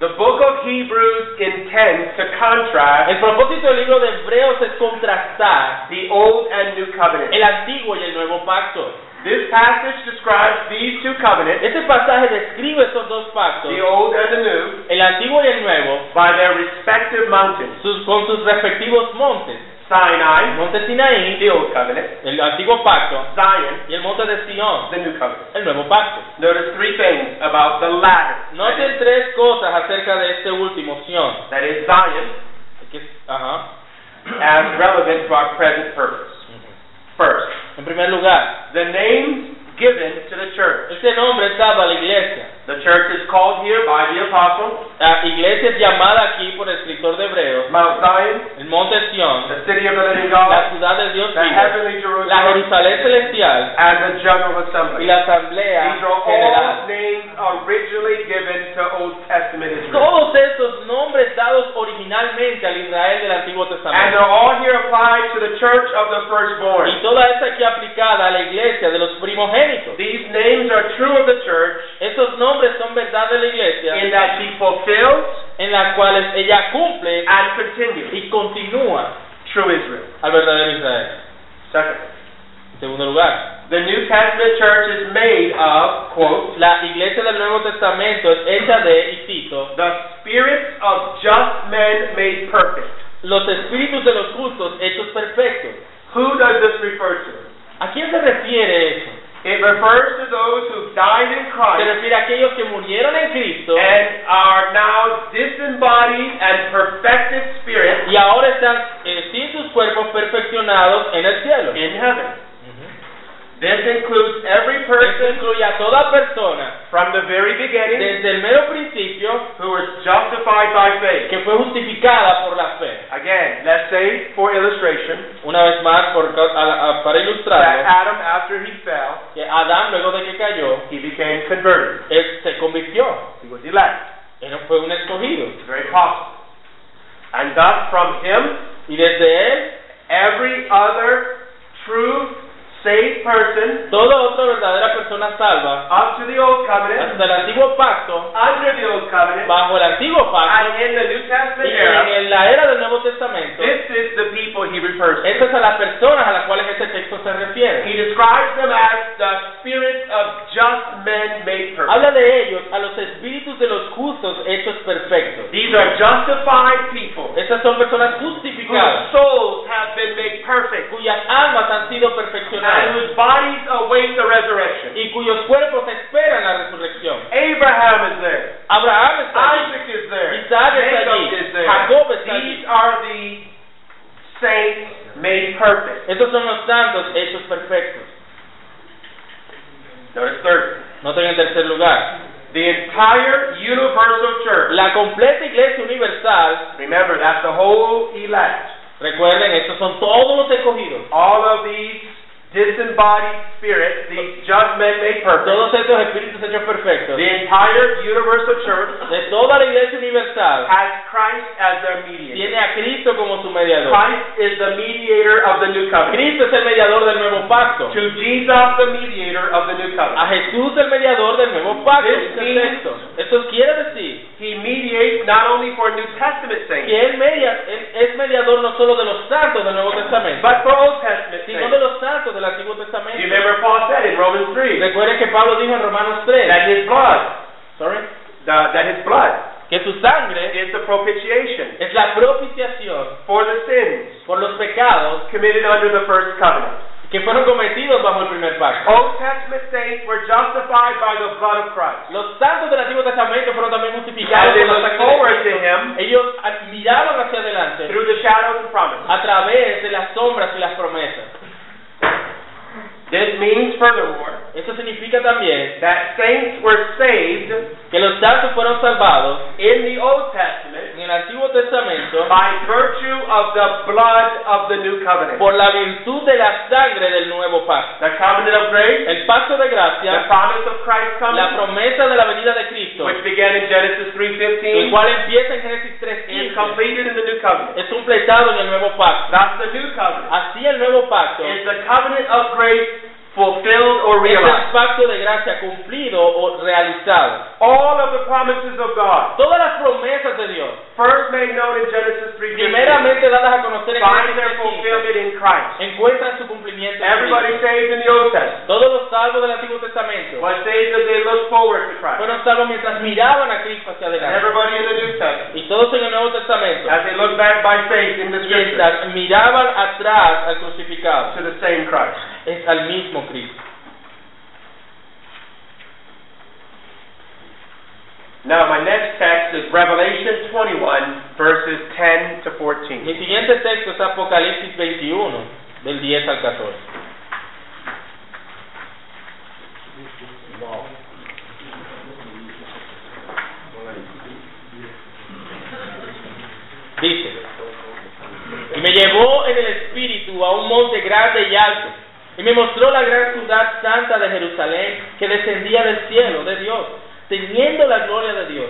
S2: The book of Hebrews intends to contrast
S1: El propósito del libro de Hebreos es contrastar
S2: the Old and New Covenant.
S1: el antiguo y el nuevo pacto.
S2: This passage describes these two covenants,
S1: Este pasaje describe estos dos pactos,
S2: the Old and the New,
S1: el antiguo y el nuevo,
S2: by their respective mountains.
S1: sus- con sus respectivos montes. El
S2: Sinai,
S1: monte Sinaí,
S2: the Old Covenant,
S1: el antiguo pacto,
S2: Zion,
S1: y el monte de Sion,
S2: the New Covenant.
S1: el nuevo pacto.
S2: Notice three things about the latter. that
S1: Noten
S2: is-
S1: tres cosas acerca de este último Sion.
S2: That is Zion,
S1: que es- ajá.
S2: as relevant to our present purpose. First,
S1: En primer lugar,
S2: the names given to the church.
S1: este nombre es dado a la iglesia.
S2: The church is called here by the apostle
S1: La iglesia es llamada aquí por el escritor de Hebreos,
S2: Mount Zion,
S1: el monte Sion,
S2: the city of the living
S1: la
S2: God,
S1: ciudad de Dios
S2: the
S1: vivo,
S2: heavenly
S1: la
S2: Jerusalem,
S1: Jerusalén celestial
S2: and the general
S1: y
S2: assembly.
S1: la asamblea
S2: These are all
S1: general.
S2: names originally given to Old Testament Israel.
S1: Todos esos nombres dados originalmente al Israel del Antiguo
S2: And
S1: Testamento.
S2: they're all here applied to the church of the
S1: Y
S2: firstborn.
S1: toda esta aquí aplicada a la iglesia de los primogénitos.
S2: These names are true of the church
S1: Esos nombres son verdad de la iglesia
S2: in that she fulfills
S1: en las cuales ella cumple
S2: and continues
S1: y continúa
S2: true Israel.
S1: al verdadero Israel.
S2: Second,
S1: En segundo lugar,
S2: the New Testament church is made of, quote,
S1: la iglesia del Nuevo Testamento es hecha de, y cito,
S2: the spirits of just men made perfect.
S1: los espíritus de los justos hechos perfectos.
S2: Who does this refer to?
S1: ¿A quién se refiere eso?
S2: It refers to those who died in
S1: Se
S2: Christ
S1: refiere a aquellos que murieron en Cristo
S2: and are now disembodied and perfected spirits
S1: y ahora están eh, sin sus cuerpos perfeccionados en el cielo.
S2: in heaven. This includes every
S1: Esto
S2: person
S1: incluye a toda persona,
S2: from the very beginning
S1: desde el mero principio,
S2: who was justified by faith.
S1: que fue justificada por la fe.
S2: Again, let's say for illustration
S1: Una vez más, por ca- a- a- para
S2: that
S1: ilustrarlo,
S2: Adam, after he fell,
S1: que Adán, luego de que cayó,
S2: he became converted.
S1: él se convirtió.
S2: He was elect.
S1: Él fue un escogido.
S2: It's very possible. And thus, from him,
S1: Y desde él,
S2: Every other true saved person
S1: toda otra verdadera persona salva,
S2: up to the old covenant,
S1: hasta el antiguo pacto,
S2: under the old covenant,
S1: bajo el antiguo
S2: and
S1: pacto
S2: in the New
S1: y
S2: Testament
S1: en
S2: era,
S1: el- la era del Nuevo Testamento,
S2: this is the people he refers to.
S1: estas son las personas a las cuales este texto se refiere.
S2: He describes them as the spirits of just men made perfect.
S1: Habla de ellos, a los espíritus de los justos hechos perfectos.
S2: These are justified people
S1: Estas son personas
S2: whose
S1: justificadas,
S2: souls have been made perfect
S1: cuyas almas han sido
S2: and
S1: perfeccionadas
S2: whose bodies await the resurrection.
S1: y cuyos cuerpos esperan la resurrección.
S2: Abraham is there.
S1: Abraham está allí,
S2: Isaac is there.
S1: Isaac is
S2: Jacob
S1: allí.
S2: is there.
S1: Jacob está
S2: These
S1: allí.
S2: are the saints made perfect.
S1: Estos son los santos hechos perfectos.
S2: Notice third.
S1: Noten en tercer lugar,
S2: The entire universal church.
S1: la completa iglesia universal,
S2: Remember, that's the whole elect.
S1: recuerden, estos son todos los escogidos.
S2: All of these disembodied spirits, these just men made perfect.
S1: Todos estos espíritus hechos perfectos.
S2: The entire universal church
S1: de toda la iglesia universal
S2: has Christ as their mediator.
S1: tiene a Cristo como su mediador.
S2: Christ is the mediator of the new covenant.
S1: Cristo es el mediador del nuevo pacto.
S2: To Jesus, the mediator of the new covenant.
S1: A Jesús el mediador del nuevo pacto.
S2: This
S1: dice el
S2: means-
S1: texto. Esto quiere decir
S2: He mediates not only for New Testament saints,
S1: que él, media, él es mediador no solo de los santos del Nuevo Testamento,
S2: but for Old Testament
S1: sino de
S2: saints.
S1: los santos del Antiguo
S2: You
S1: Testamento.
S2: remember Paul said in Romans 3
S1: Recuerden que Pablo dijo en Romanos 3
S2: that his blood,
S1: sorry,
S2: the- that his blood
S1: que su sangre
S2: is the propitiation
S1: es la propiciación
S2: for the sins
S1: por los pecados
S2: committed under the first covenant.
S1: que fueron cometidos bajo el primer pacto.
S2: Old Testament saints were justified by the blood of Christ.
S1: Los santos del Antiguo Testamento fueron también justificados
S2: And they
S1: por la
S2: looked
S1: sangre de
S2: forward
S1: Cristo.
S2: to him
S1: Ellos ad- miraron hacia adelante
S2: through the shadows and promises.
S1: a través de las sombras y las promesas.
S2: This means, furthermore,
S1: Esto significa también
S2: that saints were saved
S1: que los santos fueron salvados
S2: in the Old Testament
S1: en el Antiguo Testamento
S2: by virtue of the blood of the new covenant.
S1: por la virtud de la sangre del nuevo pacto.
S2: The covenant of grace,
S1: El pacto de
S2: the
S1: gracia,
S2: promise of Christ's
S1: la
S2: coming,
S1: promesa de la venida de Cristo,
S2: which began in Genesis
S1: el
S2: 3.15,
S1: cual empieza en Génesis
S2: is
S1: 3.15,
S2: completed in the new covenant.
S1: es completado en el nuevo pacto.
S2: That's the new covenant.
S1: Así el nuevo pacto
S2: Is the covenant of grace fulfilled or
S1: es el
S2: realized?
S1: pacto de gracia cumplido o realizado.
S2: All of the promises of God,
S1: Todas las promesas de Dios,
S2: first made known in Genesis 3.15,
S1: primeramente dadas a conocer en
S2: find their
S1: Génesis 3:15,
S2: fulfillment in Christ.
S1: encuentran su cumplimiento. en
S2: Everybody
S1: Cristo.
S2: saved in the Old Testament
S1: Todos los salvos del Antiguo Testamento
S2: was saved as they looked forward to Christ.
S1: fueron salvos mientras miraban a Cristo hacia
S2: And
S1: adelante.
S2: everybody in the New Testament,
S1: Y todos en el Nuevo Testamento
S2: as they look back by faith in the Scriptures,
S1: mientras miraban atrás al crucificado
S2: to the same Christ.
S1: es al mismo Cristo.
S2: Now, my next text is Revelation 21, verses 10 to 14.
S1: Mi siguiente texto es Apocalipsis 21, del 10 al 14. Dice, y me llevó en el espíritu a un monte grande y alto, y me mostró la gran ciudad santa de Jerusalén que descendía del cielo de Dios, teniendo la gloria de Dios.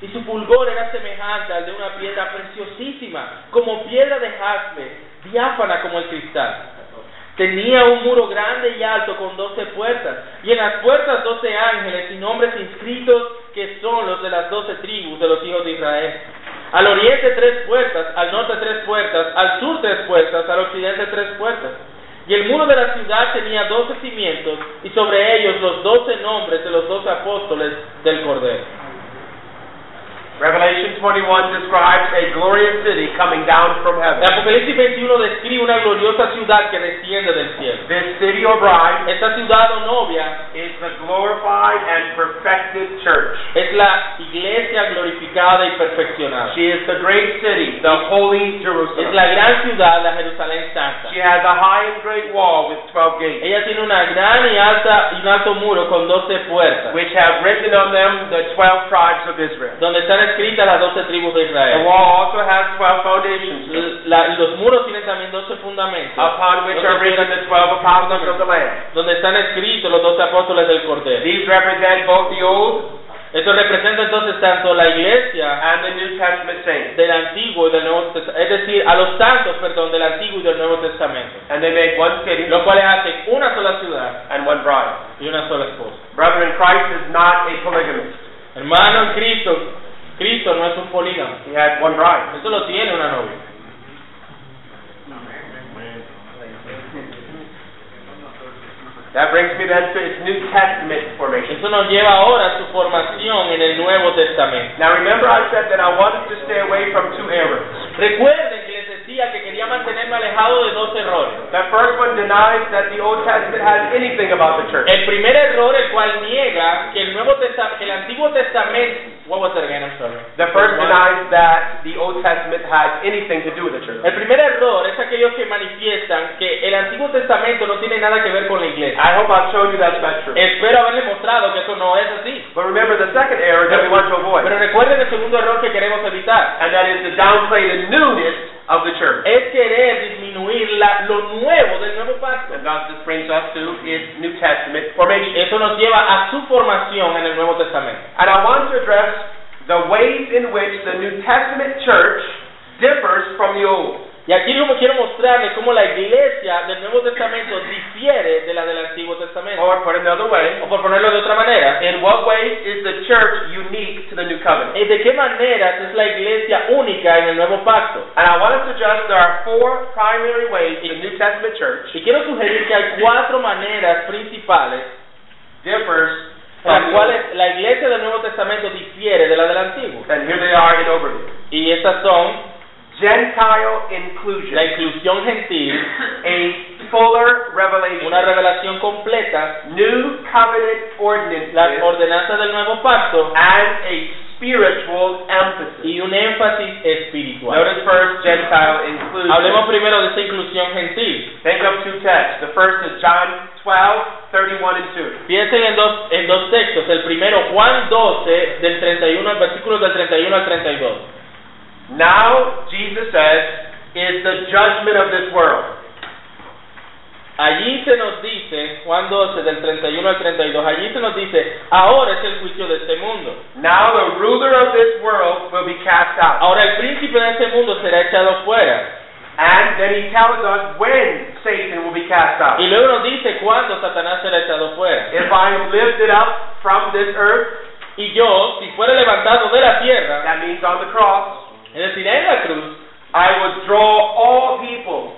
S1: Y su fulgor era semejante al de una piedra preciosísima, como piedra de jaspe, diáfana como el cristal. Tenía un muro grande y alto con doce puertas, y en las puertas doce ángeles y nombres inscritos que son los de las doce tribus de los hijos de Israel. Al oriente tres puertas, al norte tres puertas, al sur tres puertas, al occidente tres puertas. Y el muro de la ciudad tenía doce cimientos, y sobre ellos los doce nombres de los doce apóstoles del Cordero.
S2: Revelation 21 describes a glorious city coming down from
S1: El
S2: heaven.
S1: Apocalipsis 21 describe una gloriosa ciudad que desciende del cielo.
S2: This city or bride
S1: Esta ciudad o novia
S2: is the glorified and perfected church.
S1: Es la iglesia glorificada y perfeccionada.
S2: She is the great city, the holy
S1: Es
S2: Jerusalem.
S1: la gran ciudad, la Jerusalén Santa.
S2: She has a high and great wall with 12 gates.
S1: Ella tiene una gran y alta y un alto muro con doce puertas,
S2: which have written on them the twelve tribes of Israel.
S1: donde están escritas las doce tribus de
S2: The
S1: Israel.
S2: wall also has twelve foundations
S1: L- la- los muros tienen también doce fundamentos,
S2: upon which are written the twelve apostles of the Lamb.
S1: donde están escritos los doce apóstoles del Cordero.
S2: These represent both the Old
S1: Esto representa entonces tanto la iglesia
S2: and the New Testament saints,
S1: del Antiguo y del Nuevo Testamento, es decir, a los santos, perdón, del Antiguo y del Nuevo Testamento,
S2: and they make one city
S1: lo cual hace una sola ciudad
S2: and one bride.
S1: y una sola esposa.
S2: Brother in Christ is not a polygamist.
S1: Hermano en Cristo, Cristo no es un polígamo.
S2: He had one bride.
S1: Eso lo tiene una novia.
S2: That brings me then to its New Testament formation.
S1: Eso nos lleva ahora a su formación en el Nuevo Testamento.
S2: Now remember I said that I wanted to stay away from two errors.
S1: Recuerden que les decía que quería mantenerme alejado de dos errores.
S2: The first one denies that the Old Testament has anything about the church.
S1: El primer error, el cual niega que el Nuevo Testamento, el Antiguo Testamento, what was that again? I'm sorry.
S2: The first denies that the Old Testament has anything to do with the church.
S1: El primer error es aquellos que manifiestan que el Antiguo Testamento no tiene nada que ver con la iglesia.
S2: I hope I've shown you that's not true.
S1: Espero haberle mostrado que eso no es así.
S2: But remember the second error that we want to avoid,
S1: Pero recuerden el segundo error que queremos evitar.
S2: and that is to downplay the newness of the church.
S1: es querer disminuir la- lo nuevo del nuevo pacto.
S2: And thus this brings us to its New Testament formation.
S1: Eso nos lleva a su formación en el Nuevo Testamento.
S2: And I want to address the ways in which the New Testament church differs from the Old.
S1: Y aquí yo quiero mostrarles cómo la iglesia del Nuevo Testamento difiere de la del Antiguo Testamento.
S2: Or put another way,
S1: O por ponerlo de otra manera,
S2: in what ways is the church unique to the New Covenant?
S1: eh, ¿de qué manera es la iglesia única en el Nuevo Pacto?
S2: And I want to suggest there are four primary ways the New Testament church
S1: Y quiero sugerir que hay cuatro maneras principales
S2: differs
S1: en
S2: from
S1: las
S2: the Old.
S1: cuales la iglesia del Nuevo Testamento difiere de la del Antiguo.
S2: And here they are in overview.
S1: Y estas son
S2: Gentile
S1: la
S2: inclusion,
S1: inclusión gentil,
S2: a fuller revelation,
S1: una revelación completa
S2: new covenant
S1: las
S2: ordinances,
S1: ordenanzas del nuevo pacto
S2: and a spiritual emphasis.
S1: y un énfasis espiritual.
S2: Notice first Gentile inclusion.
S1: Hablemos primero de esa inclusión gentil.
S2: Think of two texts. The first is John 12, 31 and
S1: Piensen en dos, en dos textos. El primero, Juan 12, del 31, al- versículos del 31 al 32.
S2: 2. Now Jesus says, is the judgment of this world.
S1: Allí se nos dice, Juan 12, del 31 al 32, allí se nos dice, ahora es el juicio de este mundo.
S2: Now the ruler of this world will be cast out.
S1: Ahora el príncipe de este mundo será echado fuera.
S2: And then he tells us when Satan will be cast out.
S1: Y luego nos dice cuándo Satanás será echado fuera.
S2: If I am lifted up from this earth,
S1: Y yo, si fuera levantado de la tierra,
S2: that means on the cross,
S1: es decir, en la cruz,
S2: I will draw all people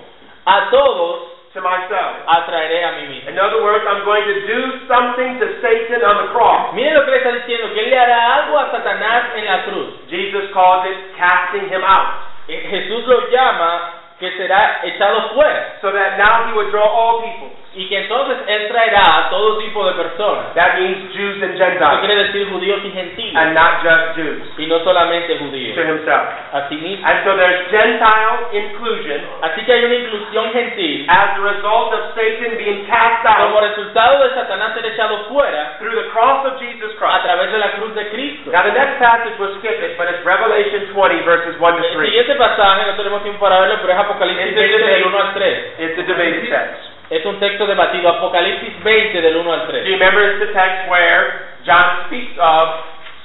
S1: a todos
S2: to myself.
S1: atraeré a mí mismo.
S2: In other words, I'm going to do something to Satan on the cross.
S1: Miren lo que le está diciendo, que él le hará algo a Satanás en la cruz.
S2: Jesus calls it casting him out,
S1: Eh, Jesús lo llama que será echado fuera
S2: so that now he would draw all people.
S1: y que entonces él traerá a todo tipo de personas.
S2: That means Jews and
S1: Eso
S2: Gentiles,
S1: quiere decir judíos y gentiles
S2: and not just Jews
S1: y no solamente
S2: to
S1: judíos.
S2: himself.
S1: Así mismo.
S2: And so there's Gentile inclusion
S1: Así que hay una inclusión gentil
S2: as a result of Satan being cast
S1: como
S2: out
S1: resultado de Satanás ser echado fuera
S2: through the cross of Jesus
S1: a
S2: Christ.
S1: través de la cruz de Cristo.
S2: Now the next passage we'll skip it, but it's Revelation 20 verses 1 to
S1: El
S2: 3.
S1: siguiente pasaje, no tenemos tiempo para verlo, pero es Apocalipsis 20 del 1 al 3.
S2: It's a debated text.
S1: Es un texto debatido, Apocalipsis 20 del 1 al
S2: Do
S1: 3.
S2: you remember it's the text where John speaks of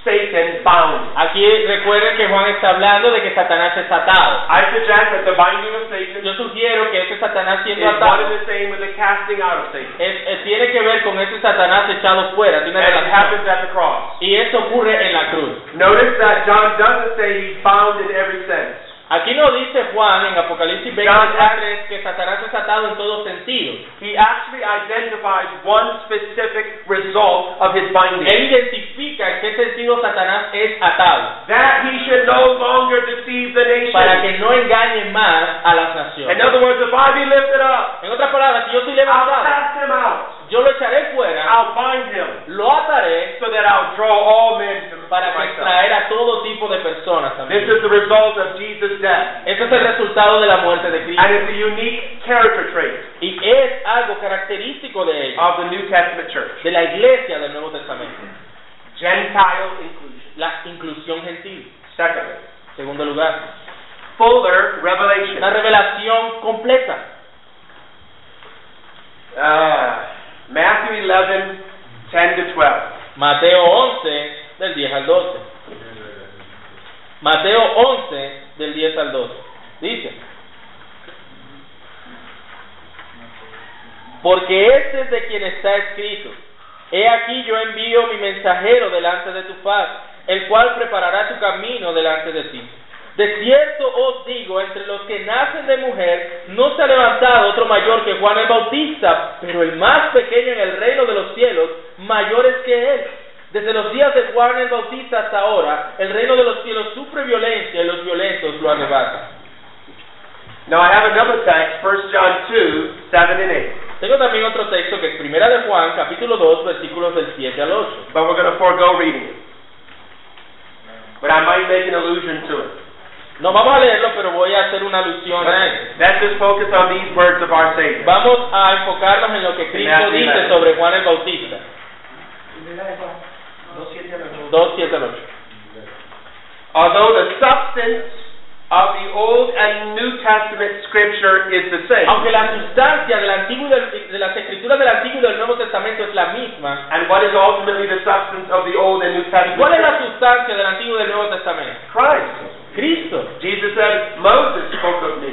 S2: Satan bound?
S1: Aquí recuerden que Juan está hablando de que Satanás es atado.
S2: I suggest that the binding of Satan
S1: Yo sugiero que ese Satanás
S2: is
S1: siendo
S2: one and
S1: atado
S2: the same with the casting out of Satan.
S1: es- es- tiene que ver con ese Satanás echado fuera, tiene
S2: And it
S1: relación.
S2: happens at the cross.
S1: Y eso ocurre en la cruz.
S2: Notice that John doesn't say he's bound in every sense.
S1: Aquí nos dice Juan en Apocalipsis 20
S2: John
S1: del 3 que Satanás es atado en todo sentido.
S2: He actually identifies one specific result of his binding.
S1: Él identifica en qué sentido Satanás es atado
S2: That he should no longer deceive the
S1: para
S2: nation.
S1: que no engañe más a las
S2: In
S1: naciones.
S2: other words, if I be lifted up,
S1: En otras palabras, si yo soy
S2: I'll
S1: levantado,
S2: cast him out.
S1: yo lo echaré fuera,
S2: I'll bind him
S1: lo ataré
S2: so that I'll draw all men to
S1: para
S2: myself.
S1: extraer a todo tipo de personas.
S2: Oh This
S1: amigos.
S2: is the result of Jesus' death.
S1: Ese Este es el resultado de la muerte de
S2: And
S1: Cristo
S2: it's a unique character trait
S1: y es algo característico de ella,
S2: of the New Testament church.
S1: de la iglesia del Nuevo Testamento,
S2: Gentile inclusion.
S1: la inclusión gentil.
S2: Second,
S1: Segundo lugar,
S2: fuller
S1: la
S2: revelation.
S1: revelación completa.
S2: Uh, Matthew 11, 10 to 12.
S1: Mateo 11, del 10 al 12. Mateo 11, del 10 al 12. Dice, porque este es de quien está escrito, he aquí yo envío mi mensajero delante de tu faz, el cual preparará tu camino delante de ti. De cierto os digo, entre los que nacen de mujer, no se ha levantado otro mayor que Juan el Bautista, pero el más pequeño en el reino de los cielos, mayor es que él. Desde los días de Juan el Bautista hasta ahora, el reino de los cielos sufre violencia y los violentos lo arrebatan.
S2: Now I have another text, 1 John 2, 7 and
S1: Tengo también otro texto que es Primera de Juan, capítulo 2, versículos del 7 al 8.
S2: 8. But we're going to forego reading it. But I might make an allusion to it.
S1: No vamos a leerlo, pero voy a hacer una alusión a él.
S2: Let's just focus on these words of our Savior.
S1: Vamos a enfocarnos en lo que Cristo
S2: Primera,
S1: dice
S2: primera.
S1: sobre Juan el Bautista. 2, 7 al 8.
S2: Although the substance of the Old and New Testament scripture is the same,
S1: Aunque la sustancia del Antiguo y del- de las escrituras del Antiguo y del Nuevo Testamento es la misma,
S2: and what is ultimately the substance of the Old and New
S1: ¿cuál es la
S2: Testament?
S1: sustancia del Antiguo y del Nuevo Testamento?
S2: Christ.
S1: Cristo.
S2: Jesus said, Moses spoke of me.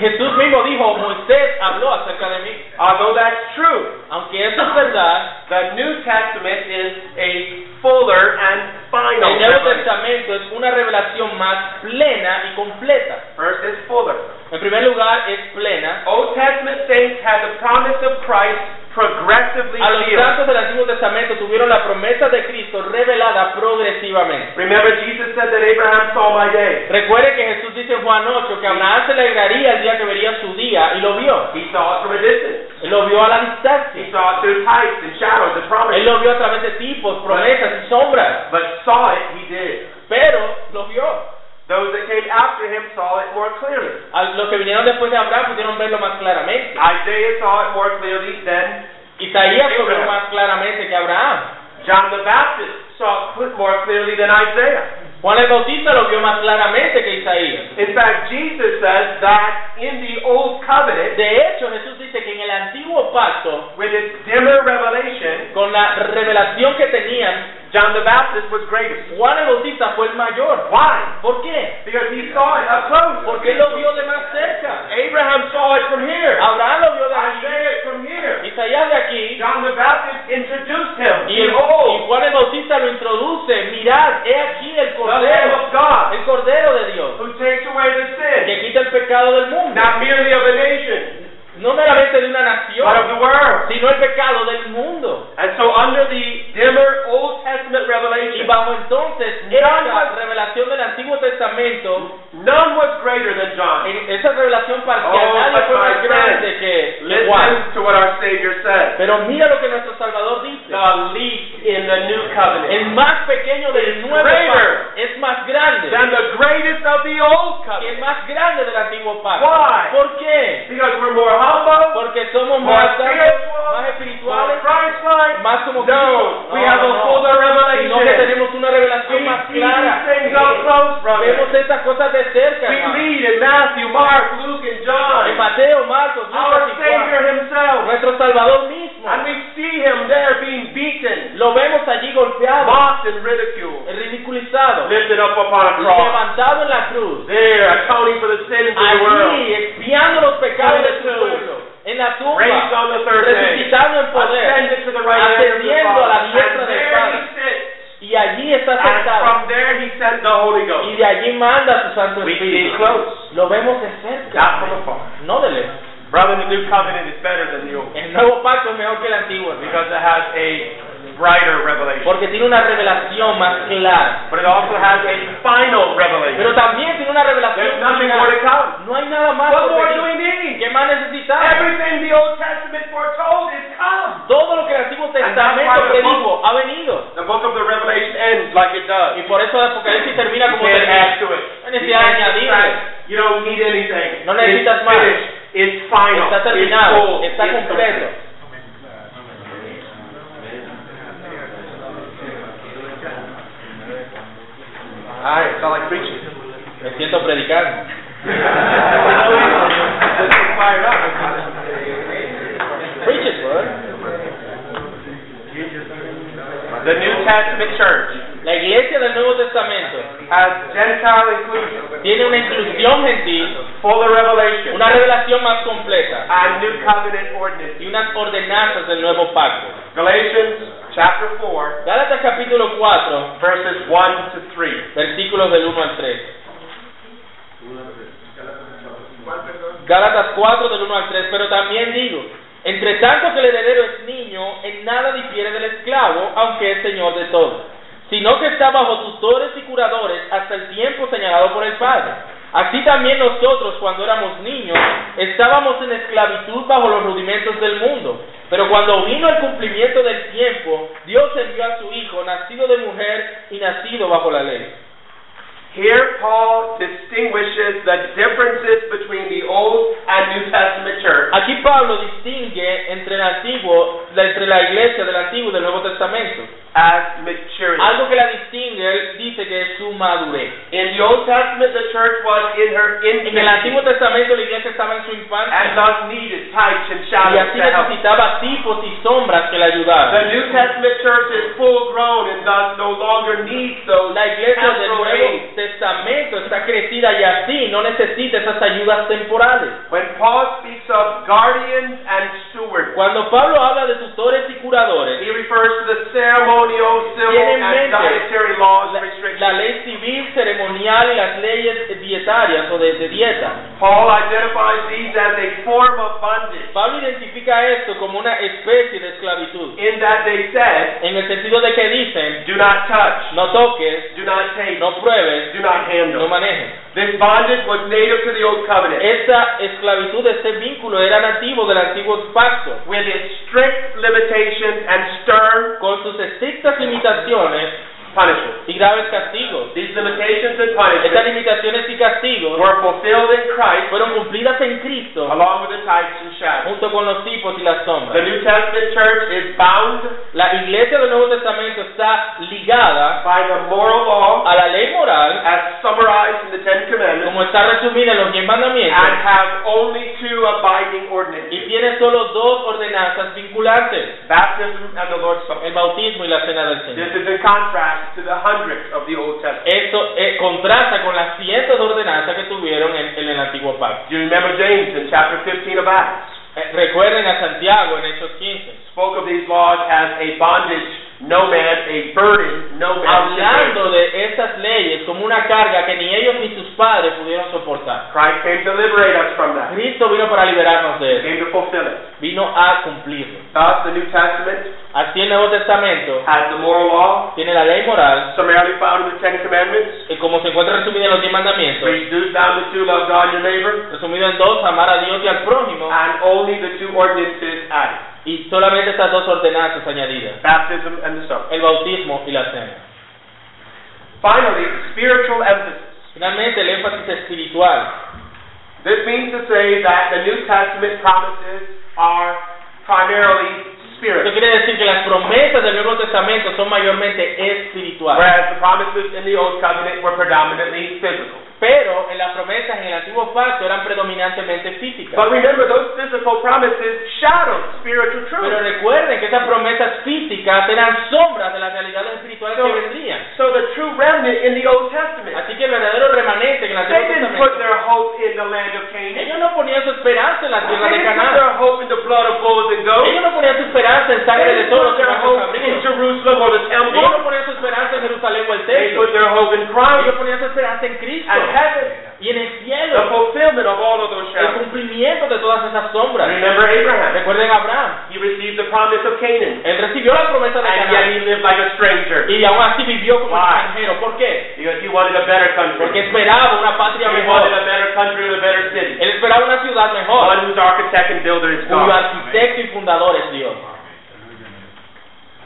S1: Jesús mismo dijo, Moisés habló acerca de mí.
S2: Although that's true,
S1: Aunque eso es verdad,
S2: the New Testament is a fuller and final.
S1: el Nuevo
S2: revelation.
S1: Testamento es una revelación más plena y completa.
S2: First is fuller.
S1: En primer lugar, es plena.
S2: Old Testament saints had the promise of Christ progressively
S1: A los
S2: revealed.
S1: santos del Antiguo Testamento tuvieron la promesa de Cristo revelada progresivamente.
S2: Remember, Jesus said that Abraham saw my day.
S1: Recuerde que Jesús dice en Juan 8 que Abraham se alegraría el día que vería su día y lo vio.
S2: He saw it from a distance.
S1: Él lo vio a la
S2: He
S1: distancia.
S2: saw it through types and shadows and
S1: Él
S2: promises.
S1: lo vio a través de tipos, promesas y sombras.
S2: But saw it he did.
S1: Pero lo vio.
S2: Those that came after him saw it more clearly.
S1: A los que vinieron después de Abraham pudieron verlo más claramente.
S2: Isaiah saw it more clearly than
S1: Isaías lo vio más claramente que Abraham.
S2: John the Baptist saw it more clearly than Isaiah.
S1: Juan el Bautista lo vio más claramente que Isaías.
S2: In fact, Jesus says that in the Old Covenant,
S1: De hecho, Jesús dice que en el antiguo pacto,
S2: with its dimmer revelation,
S1: con la revelación que tenían,
S2: John the Baptist was greatest.
S1: Juan el Bautista fue el mayor.
S2: Why?
S1: ¿Por qué?
S2: Because he saw it up close.
S1: Porque él lo vio de más cerca.
S2: Abraham saw it from here.
S1: Abraham lo vio de aquí,
S2: Isaiah it from here.
S1: Isaías de aquí,
S2: John the Baptist introduced him.
S1: y, el- y
S2: Behold,
S1: Juan el Bautista lo introduce. Mirad, he aquí el
S2: the Lamb
S1: Cordero,
S2: of God
S1: el Cordero de Dios,
S2: who takes away the sin,
S1: que quita el pecado del mundo.
S2: not merely of a nation,
S1: No meramente de una
S2: but of
S1: nación,
S2: the world.
S1: sino el pecado del mundo.
S2: And so under the dimmer Old Testament
S1: Y
S2: revelation,
S1: bajo entonces esa revelación del Antiguo Testamento,
S2: none was greater than John.
S1: en esa revelación parcial,
S2: Oh,
S1: nadie fue
S2: my
S1: más
S2: friend.
S1: grande que que Juan.
S2: Listen to what our Savior said.
S1: Pero mira lo que nuestro Salvador dice.
S2: The least in the new
S1: El
S2: covenant
S1: más pequeño del nuevo
S2: greater
S1: pacto es más grande
S2: than the greatest of the old
S1: que el
S2: covenant.
S1: más grande del antiguo pacto.
S2: Why?
S1: ¿Por qué?
S2: Because we're more humble,
S1: Porque somos
S2: more
S1: más santos,
S2: spiritual,
S1: más
S2: more
S1: espirituales,
S2: Christ-like.
S1: más como
S2: Oh, No,
S1: Cristo.
S2: we have a fuller revelation.
S1: Sino que tenemos una
S2: We
S1: revelación más
S2: see these
S1: clara.
S2: things up close,
S1: Vemos
S2: brother.
S1: estas cosas de cerca.
S2: We
S1: hermano.
S2: read in Matthew, Mark, Luke, and
S1: En
S2: John.
S1: Mateo, Marcos,
S2: Our
S1: Lucas y
S2: Savior
S1: Juan.
S2: Himself.
S1: Nuestro Salvador mismo.
S2: And we see Him there being beaten,
S1: Lo vemos allí golpeado,
S2: mocked, and ridiculed,
S1: ridiculizado,
S2: lifted up upon a cross.
S1: levantado en la cruz.
S2: There, accounting for the sins of the world.
S1: Allí, expiando los pecados de su
S2: Raised
S1: pueblo. En la tumba.
S2: Raised on the third day.
S1: resucitado en poder.
S2: Ascended to the right hand of the
S1: Ascendiendo a la
S2: Father.
S1: diestra
S2: And
S1: del
S2: there
S1: Padre.
S2: he sits.
S1: Y allí está
S2: And
S1: sentado.
S2: from there he sent the Holy
S1: Y
S2: Ghost.
S1: de allí manda a su Santo
S2: We see
S1: Espíritu.
S2: close,
S1: Lo vemos de cerca,
S2: not from afar.
S1: no de lejos.
S2: Brother, the new covenant is better than the old
S1: El nuevo pacto es mejor que el antiguo, hermano,
S2: because it has a brighter revelation.
S1: porque tiene una revelación más clara.
S2: But it also has a final
S1: Pero
S2: revelation.
S1: también tiene una
S2: There's
S1: revelación
S2: nothing more to
S1: final.
S2: come.
S1: No hay nada más
S2: What
S1: por
S2: more do
S1: venir.
S2: we need?
S1: ¿Qué más necesitamos?
S2: Everything the Old Testament foretold is come.
S1: Todo lo que el Antiguo
S2: that's
S1: Testamento
S2: why the
S1: predijo ha venido.
S2: The book of the Revelation ends like it does.
S1: Y por eso el Apocalipsis termina
S2: You
S1: como
S2: can't
S1: termina.
S2: add to it.
S1: No
S2: You
S1: necesitas
S2: can't
S1: añadirle.
S2: subtract. You don't need anything.
S1: No necesitas
S2: It's
S1: más.
S2: finished. It's final.
S1: Está
S2: It's
S1: terminado,
S2: full.
S1: está
S2: It's
S1: completo.
S2: complete. All right, sound Ah, like [LAUGHS] preaching.
S1: Me siento predicando.
S2: This is fired up.
S1: Preach it, brother.
S2: The New Testament church
S1: La iglesia del Nuevo Testamento
S2: has Gentile inclusion,
S1: tiene una inclusión gentil,
S2: fuller revelation,
S1: una revelación más completa
S2: and New Covenant ordinance.
S1: y unas ordenanzas del nuevo pacto.
S2: Galatians chapter 4,
S1: Gálatas capítulo 4,
S2: verses 1 to 3.
S1: versículos del 1 al 3. Gálatas 4 del 1 al 3, pero también digo, entre tanto que el heredero es niño, en nada difiere del esclavo, aunque es señor de todo, sino que está bajo tutores y curadores hasta el tiempo señalado por el Padre. Así también nosotros, cuando éramos niños, estábamos en esclavitud bajo los rudimentos del mundo, pero cuando vino el cumplimiento del tiempo, Dios envió a su Hijo, nacido de mujer y nacido bajo la ley.
S2: Here, Paul distinguishes the differences between the Old and New Testament church
S1: Aquí Pablo distingue entre el antiguo, la- entre la iglesia del Antiguo y del Nuevo Testamento.
S2: as maturity.
S1: Algo que la distingue, él dice que es su madurez.
S2: In the Old Testament, the church was in her
S1: En el Antiguo
S2: infancy
S1: Testamento la iglesia estaba en su
S2: and
S1: infancia
S2: thus needed types and
S1: y
S2: shadows
S1: así
S2: to help.
S1: necesitaba tipos y sombras que la
S2: The
S1: ayudaran.
S2: New Testament church is full grown and thus no longer needs those
S1: La iglesia del
S2: temporal aids.
S1: Nuevo Testamento está crecida y así no necesita esas ayudas temporales.
S2: When Paul speaks of guardians and stewards,
S1: Cuando Pablo habla de tutores y curadores,
S2: he refers to the ceremonial, civil,
S1: Tiene en
S2: and
S1: mente
S2: dietary laws
S1: la,
S2: and restrictions.
S1: la ley civil, ceremonial y las leyes dietarias o de- de dieta.
S2: Paul identifies these as a form of bondage.
S1: Pablo identifica esto como una especie de esclavitud,
S2: in that they said,
S1: en el sentido de que dicen,
S2: Do not touch,
S1: no toques,
S2: do not take,
S1: no pruebes,
S2: do not
S1: no
S2: handle.
S1: manejes.
S2: This bondage was native to the Old Covenant
S1: Esta esclavitud, este vínculo era nativo del antiguo pacto,
S2: with its strict limitations and stern
S1: con sus estrictas limitaciones
S2: punishment.
S1: y graves castigos.
S2: These limitations and
S1: Estas
S2: punishments
S1: limitaciones y castigos
S2: were fulfilled in Christ
S1: fueron cumplidas en Cristo
S2: along with the types and shadows.
S1: junto con los tipos y las
S2: The
S1: sombras.
S2: New Testament church is bound
S1: La iglesia del Nuevo Testamento está ligada
S2: by the moral law
S1: a la ley está resumida en los diez
S2: and
S1: mandamientos
S2: have only two abiding
S1: y
S2: ordinances
S1: tiene solo dos ordenanzas vinculantes,
S2: baptism and the Lord's Supper.
S1: el bautismo y la cena del
S2: This
S1: Señor.
S2: is in contrast to the hundreds of the Old Testament.
S1: Eso eh, contrasta con las cientos de ordenanzas que tuvieron en, en el antiguo pacto.
S2: Do you remember James in chapter 15 of Acts
S1: Eh, recuerden a Santiago en Hechos 15,
S2: spoke of these laws as a bondage no man, a burden no man should bear.
S1: hablando de estas leyes como una carga que ni ellos ni sus padres pudieron soportar.
S2: Christ came to liberate us from that.
S1: Cristo vino para liberarnos de
S2: He
S1: eso,
S2: came to fulfill it.
S1: vino a cumplirlo.
S2: Thus, the New Testament
S1: Así el Nuevo Testamento
S2: has the moral law,
S1: tiene la ley moral,
S2: summarily found in the Ten Commandments,
S1: que como se encuentra resumida en los diez mandamientos,
S2: reduced down to two, love God your neighbor,
S1: resumido en dos, amar a Dios y al prójimo,
S2: and only the two ordinances added,
S1: y solamente estas dos ordenanzas añadidas,
S2: baptism and the supper.
S1: el bautismo y la cena.
S2: Finally, spiritual emphasis.
S1: Finalmente, el énfasis espiritual.
S2: This means to say that the New Testament promises are primarily
S1: Esto
S2: spiritual,
S1: quiere decir que las promesas del Nuevo Testamento son mayormente espirituales.
S2: whereas the promises in the Old Covenant were predominantly physical.
S1: Pero en las promesas en el antiguo pacto eran predominantemente físicas.
S2: But remember, those physical promises shadow spiritual
S1: Pero
S2: truth.
S1: recuerden que esas promesas físicas eran sombras de las realidades espirituales que vendrían.
S2: So the true remnant in the Old Testament,
S1: Así que el verdadero remanente en el
S2: they
S1: Antiguo
S2: didn't put
S1: Testamento,
S2: their hope in the land of Canaan.
S1: ellos no ponían su esperanza en la
S2: They
S1: tierra de
S2: didn't put
S1: Canaán.
S2: their hope in the blood of bulls and
S1: Ellos
S2: goats.
S1: no ponían su esperanza en
S2: They
S1: sangre de
S2: didn't
S1: todos
S2: put
S1: los que
S2: their
S1: bajo
S2: hope in
S1: cabritos.
S2: Jerusalem or the
S1: Ellos no
S2: temple.
S1: ponían su esperanza en Jerusalén o el
S2: They
S1: templo.
S2: put their hope in
S1: Ellos
S2: Christ
S1: ponían su esperanza en Cristo
S2: and heaven.
S1: y en el
S2: The
S1: cielo,
S2: fulfillment of all of those
S1: el
S2: shadows.
S1: cumplimiento de todas esas sombras.
S2: Remember Abraham.
S1: Recuerden a Abraham,
S2: He received the promise of Canaan,
S1: él recibió la promesa de
S2: and yet
S1: Canaán.
S2: he lived like a stranger
S1: Y aún así vivió como
S2: Why?
S1: extranjero. ¿Por qué?
S2: because he wanted a better
S1: Porque
S2: country.
S1: esperaba una patria
S2: He wanted
S1: mejor.
S2: a better country and a better city.
S1: Él esperaba una ciudad mejor,
S2: One whose architect and builder is
S1: cuyo
S2: God.
S1: arquitecto y fundador es Dios.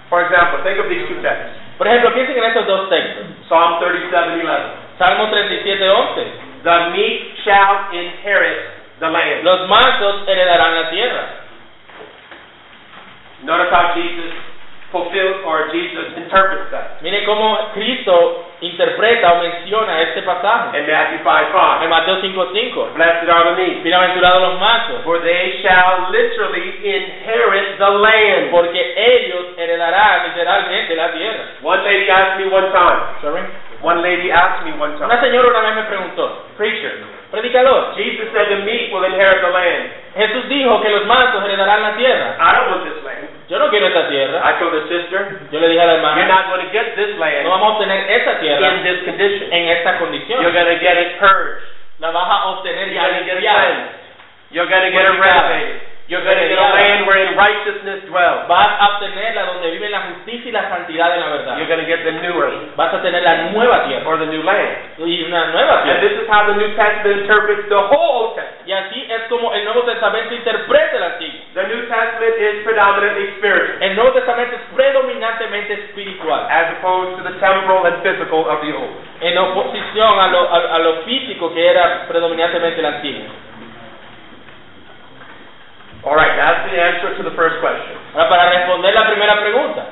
S2: For example, think of these two texts.
S1: Por ejemplo, piensen en estos dos textos.
S2: Psalm 37:11.
S1: Salmo 37, 11.
S2: The meek shall inherit the land.
S1: Los mansos heredarán la tierra.
S2: Notice how Jesus fulfills or Jesus interprets that
S1: Miren cómo Cristo interpreta o menciona este pasaje.
S2: in Matthew 5:5.
S1: En Mateo 5, 5.
S2: Blessed are the meek,
S1: Bienaventurados los mansos,
S2: for they shall literally inherit the land.
S1: porque ellos heredarán literalmente la tierra.
S2: One lady asked me one time.
S1: Sorry.
S2: One lady asked me one
S1: Una
S2: time.
S1: señora una vez me preguntó,
S2: Preacher,
S1: predicador,
S2: Jesus said the meek will inherit the land.
S1: Jesús dijo que los mansos heredarán la tierra.
S2: I don't want this land.
S1: Yo no quiero esta tierra.
S2: I told the sister,
S1: Yo le dije a la
S2: you're
S1: hermana,
S2: not going to get this
S1: no
S2: land
S1: vamos a obtener esta
S2: in
S1: tierra
S2: this condition.
S1: en esta
S2: You're
S1: condición.
S2: going to get it purged.
S1: La vas a obtener
S2: You're
S1: ya
S2: going to get it
S1: limpiada.
S2: cleansed. You're going to get it renovated. You're going to get a land wherein righteousness dwells.
S1: Vas a obtenerla donde vive la justicia y la santidad de la
S2: You're
S1: verdad.
S2: going to get the new earth
S1: Vas a tener la nueva tierra
S2: or the new land.
S1: y una nueva
S2: And
S1: tierra.
S2: this is how the New Testament interprets the whole Old Testament.
S1: Y así es como el Nuevo Testamento interpreta el Antiguo.
S2: The New Testament is predominantly spiritual
S1: El Nuevo Testamento es predominantemente espiritual,
S2: as opposed to the temporal and physical of the Old.
S1: en oposición a lo, a- a lo físico que era predominantemente el Antiguo.
S2: All right, that's the answer to the first question.
S1: Ahora, para responder la primera pregunta,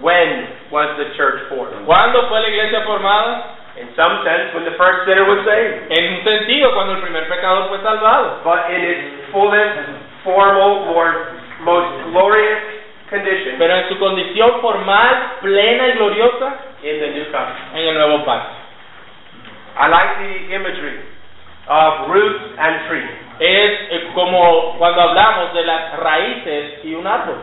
S2: When was the church formed?
S1: ¿cuándo fue la iglesia formada?
S2: In some sense, when the first sinner was saved,
S1: En un sentido, cuando el primer pecador fue salvado,
S2: but in its fullest, formal, more, most glorious condition
S1: pero en su condición formal, plena y gloriosa,
S2: in the new covenant.
S1: en el nuevo pacto.
S2: I like the imagery of roots and trees.
S1: Es eh, como cuando hablamos de las raíces y un árbol.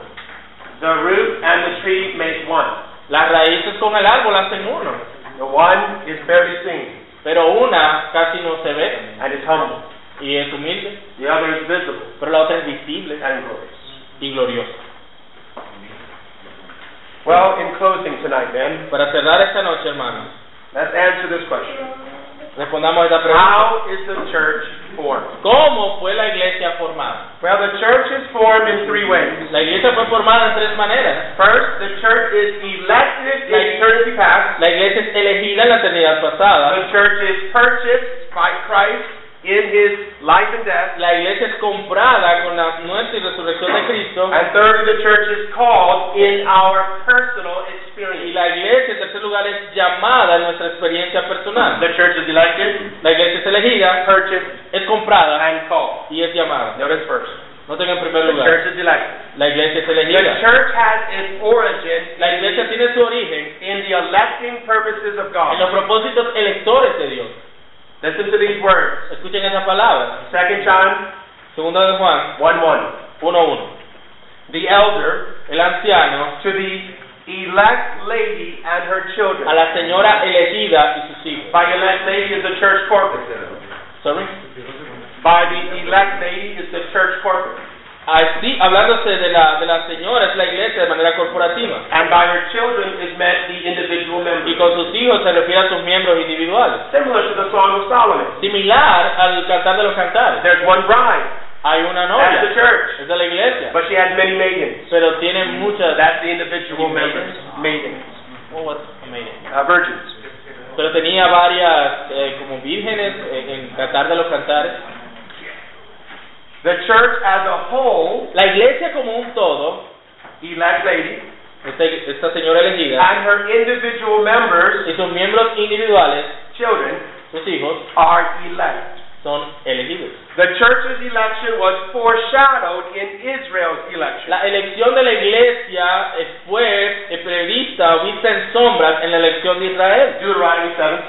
S2: The root and the tree make one.
S1: Las raíces con el árbol hacen uno,
S2: The one is barely seen
S1: pero una casi no se ve
S2: and is humble.
S1: y es humilde,
S2: The other is visible
S1: pero la otra es visible
S2: and glorious.
S1: y gloriosa.
S2: Well, in closing tonight, then,
S1: Para cerrar esta noche, hermanos,
S2: let's answer this question.
S1: respondamos a esta pregunta.
S2: How is the church formed?
S1: ¿Cómo fue la iglesia formada?
S2: Well, the church is formed in three ways.
S1: La iglesia fue formada en tres maneras.
S2: First, the church is elected in eternity past.
S1: La iglesia es elegida en la eternidad pasada.
S2: The church is purchased by Christ in his life and death.
S1: La iglesia es comprada con la muerte y resurrección de Cristo.
S2: And thirdly, the church is called in our personal
S1: Y
S2: experience.
S1: la iglesia, en tercer lugar, es llamada en nuestra experiencia personal.
S2: The church is elected,
S1: La iglesia es elegida,
S2: purchased,
S1: es comprada
S2: and called.
S1: y es llamada.
S2: Notice first,
S1: Noten en primer
S2: the
S1: lugar,
S2: church is elected.
S1: la iglesia es
S2: The
S1: elegida.
S2: church has its origin
S1: La iglesia tiene su origen
S2: in the electing purposes of
S1: en los
S2: God.
S1: propósitos electores de Dios.
S2: Listen to these words.
S1: Escuchen esa palabra.
S2: Second John
S1: Segundo de Juan
S2: 1 1.
S1: 1.1.
S2: The elder
S1: El anciano
S2: to the elect lady and her children.
S1: a la señora elegida y sus hijos.
S2: By elect lady is the church corpus.
S1: Sorry.
S2: By the elect lady is the church corpus.
S1: Así, hablándose de la, de la señora, es la iglesia de manera corporativa.
S2: And by her children is meant the individual member.
S1: Y con sus hijos se refiere a sus miembros individuales.
S2: Similar to the Song of Solomon.
S1: Similar al cantar de los cantares.
S2: There's one bride.
S1: Hay una
S2: That's the
S1: novia,
S2: church.
S1: es de la iglesia,
S2: But she has many maidens.
S1: pero tiene muchas...
S2: That's the individual members. Maidens.
S1: Oh, what's amazing.
S2: Uh, virgins.
S1: Pero tenía varias eh, como vírgenes en, en cantar de los cantares.
S2: The church as a whole,
S1: La iglesia como un todo,
S2: elect lady,
S1: esta, esta señora elegida,
S2: and her individual members,
S1: y sus miembros individuales,
S2: children,
S1: sus hijos,
S2: are elect.
S1: son elegidos.
S2: The church's election was foreshadowed in Israel's election.
S1: La elección de la iglesia eh, fue eh, prevista o vista en sombras en la elección de Israel.
S2: Deuteronomy 7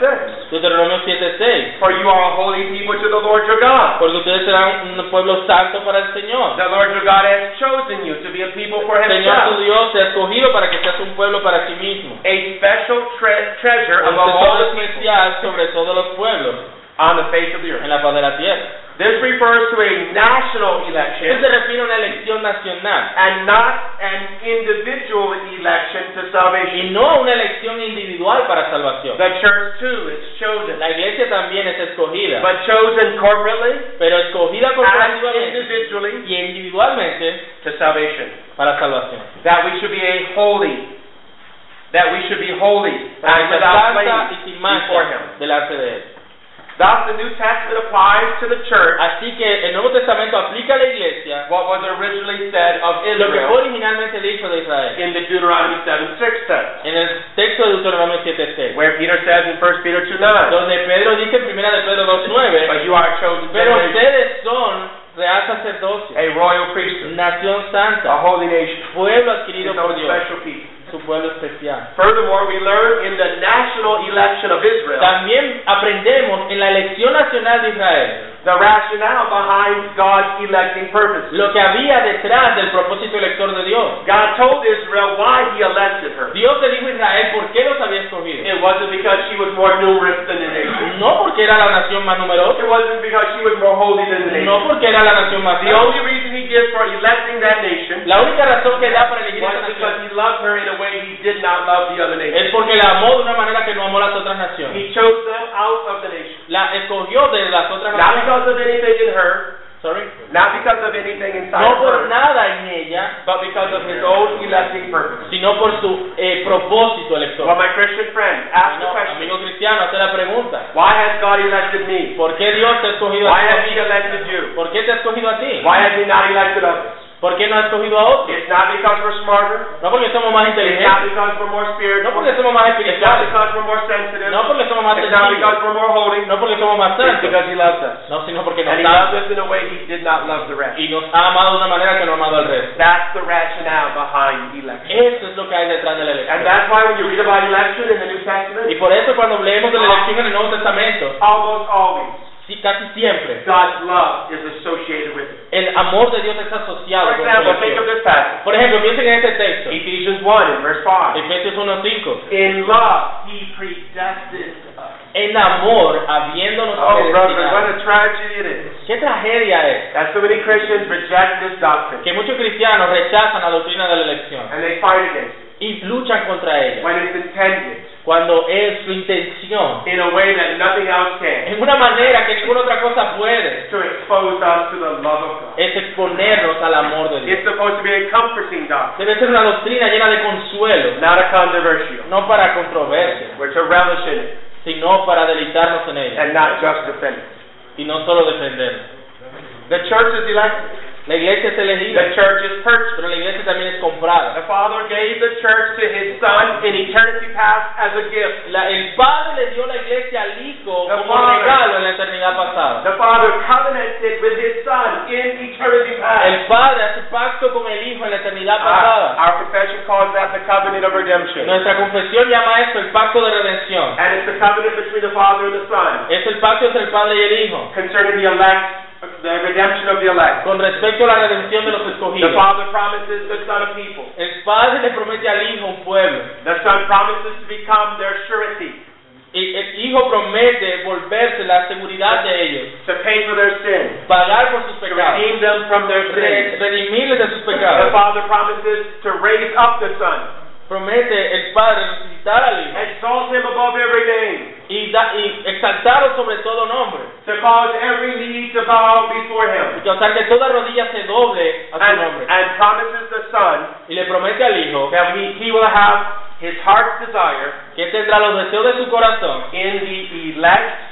S2: 6.
S1: Deuteronomio 7:6.
S2: For you are a holy people to the Lord your God.
S1: Porque ustedes serán un pueblo santo para el Señor.
S2: The Lord your God has chosen you to be a people for
S1: Señor tu
S2: himself,
S1: Dios te ha escogido para que seas un pueblo para sí mismo.
S2: a special tre- treasure
S1: Un
S2: above all
S1: tesoro
S2: the people
S1: especial sobre todos los pueblos
S2: on the face of the
S1: en
S2: earth.
S1: la faz de la tierra.
S2: This refers to a national
S1: Esto se
S2: election
S1: refiere a una elección nacional
S2: and not an individual election to
S1: y
S2: salvation.
S1: no a una elección individual para salvación.
S2: The church too is chosen,
S1: La iglesia también es escogida,
S2: but chosen corporately
S1: pero
S2: Ah,
S1: escogida
S2: and
S1: corporativamente
S2: individually
S1: y individualmente
S2: to salvation.
S1: para salvación.
S2: That we should be a holy, that we should be holy and
S1: Para que
S2: without
S1: santa
S2: blame
S1: y sin
S2: before him.
S1: mancha delante de él.
S2: Thus, the New Testament applies to the church
S1: Así que el Nuevo Testamento aplica a la iglesia
S2: what was originally said of
S1: lo que fue
S2: Israel
S1: originalmente dicho de Israel.
S2: in the Deuteronomy 7 6 text,
S1: En el texto de Deuteronomio 7.6,
S2: where Peter says in 1 Peter 2 9,
S1: donde Pedro dice en 1 de Pedro 2.9,
S2: But you are a chosen
S1: pero
S2: generation,
S1: ustedes son real sacerdocio,
S2: a royal priesthood,
S1: nación
S2: a
S1: santa,
S2: holy nation,
S1: pueblo
S2: his
S1: adquirido
S2: own
S1: por Dios,
S2: special people.
S1: su pueblo especial.
S2: Furthermore, we learn in the national election of Israel
S1: También aprendemos en la elección nacional de Israel
S2: the rationale behind God's electing purposes.
S1: lo que había detrás del propósito elector de Dios.
S2: God told Israel why he elected her.
S1: Dios le dijo a Israel por qué los había escogido.
S2: It wasn't because she was more numerous than the nation.
S1: No porque era la nación más numerosa,
S2: It wasn't because she was more holy than the nation.
S1: no porque era la nación más
S2: The
S1: Dios.
S2: only reason he gives for electing that nation
S1: La única razón que da para elegir
S2: was
S1: esa
S2: because
S1: nación
S2: he loved her in a way he did not love the other nations.
S1: es porque la amó de una manera que no amó las otras naciones.
S2: He chose them out of the nation.
S1: La escogió de las otras
S2: Not
S1: naciones.
S2: because of anything in her,
S1: Sorry.
S2: not because of anything inside
S1: No por
S2: of her,
S1: nada en ella,
S2: but because of his own electing purpose.
S1: sino por su eh, propósito
S2: Well,
S1: electoral.
S2: my Christian friend, ask the
S1: No,
S2: question,
S1: amigo cristiano, hace la pregunta.
S2: why has God elected me?
S1: ¿Por qué Dios te ha escogido
S2: Why
S1: a
S2: has he
S1: ti?
S2: elected you?
S1: ¿Por qué te ha escogido a ti?
S2: Why has he not elected others?
S1: ¿Por qué no ha escogido a otros?
S2: It's not because we're smarter.
S1: No porque somos más
S2: It's not
S1: inteligentes,
S2: because we're more
S1: no
S2: spiritual.
S1: porque somos más
S2: It's not
S1: espirituales,
S2: because we're more sensitive.
S1: no porque somos más
S2: It's not because
S1: sencillos,
S2: we're more holy.
S1: no porque somos más
S2: It's
S1: santos,
S2: because he loves us.
S1: no sino porque
S2: And
S1: nos
S2: he
S1: ama
S2: loved us in a way he did not love the rest.
S1: y nos ha amado de una manera que no ha amado al resto.
S2: That's the rationale behind election.
S1: Eso es lo que hay detrás de la
S2: And
S1: elección.
S2: that's why when you read about election in the New
S1: Y
S2: Testament,
S1: por eso cuando leemos de la elección en el Nuevo Testamento,
S2: almost always
S1: sí, casi siempre,
S2: God's love is associated with it.
S1: el amor de Dios es asociado
S2: For
S1: con
S2: example,
S1: la
S2: think of
S1: elección.
S2: this passage.
S1: Por ejemplo, piensen en este texto,
S2: Ephesians 1 and verse 5.
S1: Efesios 1.5.
S2: In love, he predestined us.
S1: En amor, habiéndonos
S2: Oh, brother, what
S1: predestinado.
S2: a tragedy it is.
S1: ¿Qué tragedia es?
S2: That so many Christians reject this doctrine.
S1: Que muchos cristianos rechazan la doctrina de la elección
S2: And they fight against it
S1: y luchan contra ella.
S2: when it's intended
S1: cuando es su intención,
S2: in a way that nothing else can
S1: en una manera que ninguna otra cosa puede,
S2: to expose us to the love of God.
S1: es exponernos al amor de Dios.
S2: It's supposed to be a comforting doctrine,
S1: Debe ser una doctrina llena de consuelo,
S2: not a controversial.
S1: no para controversia,
S2: We're to relish in it
S1: sino para deleitarnos en ella
S2: and not just defend it.
S1: y no solo defenderlo.
S2: The church is elected.
S1: La iglesia es
S2: The
S1: elegida,
S2: church is purchased.
S1: pero la iglesia también es comprada.
S2: The Father gave the church to His Son in eternity past as a gift.
S1: La- el Padre le dio la iglesia al Hijo
S2: The
S1: como
S2: Father.
S1: regalo en la eternidad pasada.
S2: The Father covenanted with His Son in eternity past.
S1: El Padre hace pacto con el Hijo en la
S2: Ah.
S1: eternidad
S2: Our,
S1: pasada.
S2: our confession calls that the covenant of redemption.
S1: Nuestra confesión llama esto el pacto de redención.
S2: And it's the covenant between the Father and the Son
S1: Es el pacto entre el Padre y el Hijo
S2: concerning the elect, the redemption of the elect.
S1: con respecto a la redención de los
S2: The
S1: escogidos.
S2: Father promises the Son a people.
S1: El Padre le promete al Hijo un pueblo.
S2: The Son promises to become their surety,
S1: Y el Hijo promete volverse la seguridad de ellos,
S2: to pay for their sin,
S1: pagar por sus
S2: to
S1: pecados,
S2: redeem them from their
S1: re-
S2: sin.
S1: redimirles de sus
S2: The
S1: pecados.
S2: Father promises to raise up the Son,
S1: Promete el Padre resucitar al Hijo
S2: exalt him above every name,
S1: y, da- y exaltarlo sobre todo nombre
S2: to cause every knee to bow before
S1: y
S2: him,
S1: causar que toda rodilla se doble a su
S2: and,
S1: nombre.
S2: and promises the Son
S1: Y le promete al Hijo
S2: that he, he will have his heart's desire
S1: que tendrá los deseos de su corazón
S2: in the elect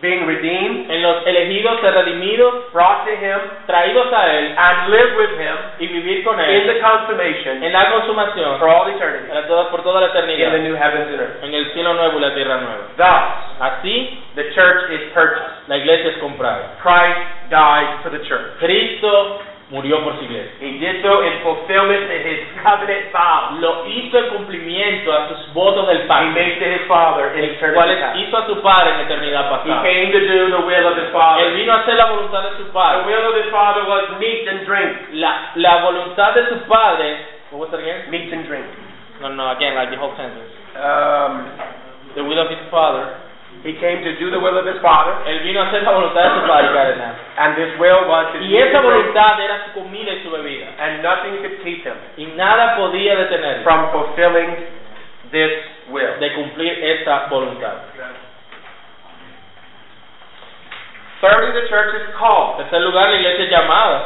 S2: being redeemed,
S1: en los elegidos, ser redimidos,
S2: brought to him,
S1: traídos a Él
S2: and live with him
S1: y vivir con
S2: in
S1: Él
S2: the consummation
S1: en la consumación
S2: for all eternity
S1: para toda- por toda la
S2: in the
S1: eternidad,
S2: new heavens and earth.
S1: en el cielo nuevo y la tierra nueva.
S2: Thus,
S1: Así
S2: the church is purchased.
S1: la iglesia es comprada.
S2: Christ died for the church.
S1: Cristo murió por su iglesia.
S2: He did so in fulfillment of his covenant vow
S1: Lo hizo en cumplimiento a sus votos del
S2: he
S1: pacto,
S2: made to his father in
S1: el
S2: eternity
S1: cual
S2: past.
S1: hizo a su padre en eternidad
S2: He
S1: pasada.
S2: came to do the will of his
S1: Él
S2: father.
S1: vino a hacer la voluntad de su
S2: The
S1: padre.
S2: will of his father was meat and drink.
S1: La, la voluntad de su padre. What was that again?
S2: Meat and drink.
S1: No, no, again, like the whole sentence.
S2: Um,
S1: The will of his father.
S2: he came to do the will of his father,
S1: Él vino a hacer la voluntad de su padre, [LAUGHS] Karen.
S2: and this will was his
S1: Y
S2: meat
S1: esa
S2: and drink,
S1: voluntad era su comida y su bebida.
S2: and nothing could keep him
S1: Y nada podía detenerlo
S2: from fulfilling this will.
S1: de cumplir esa voluntad.
S2: Thirdly, the church is
S1: En
S2: called.
S1: tercer lugar, la iglesia es llamada.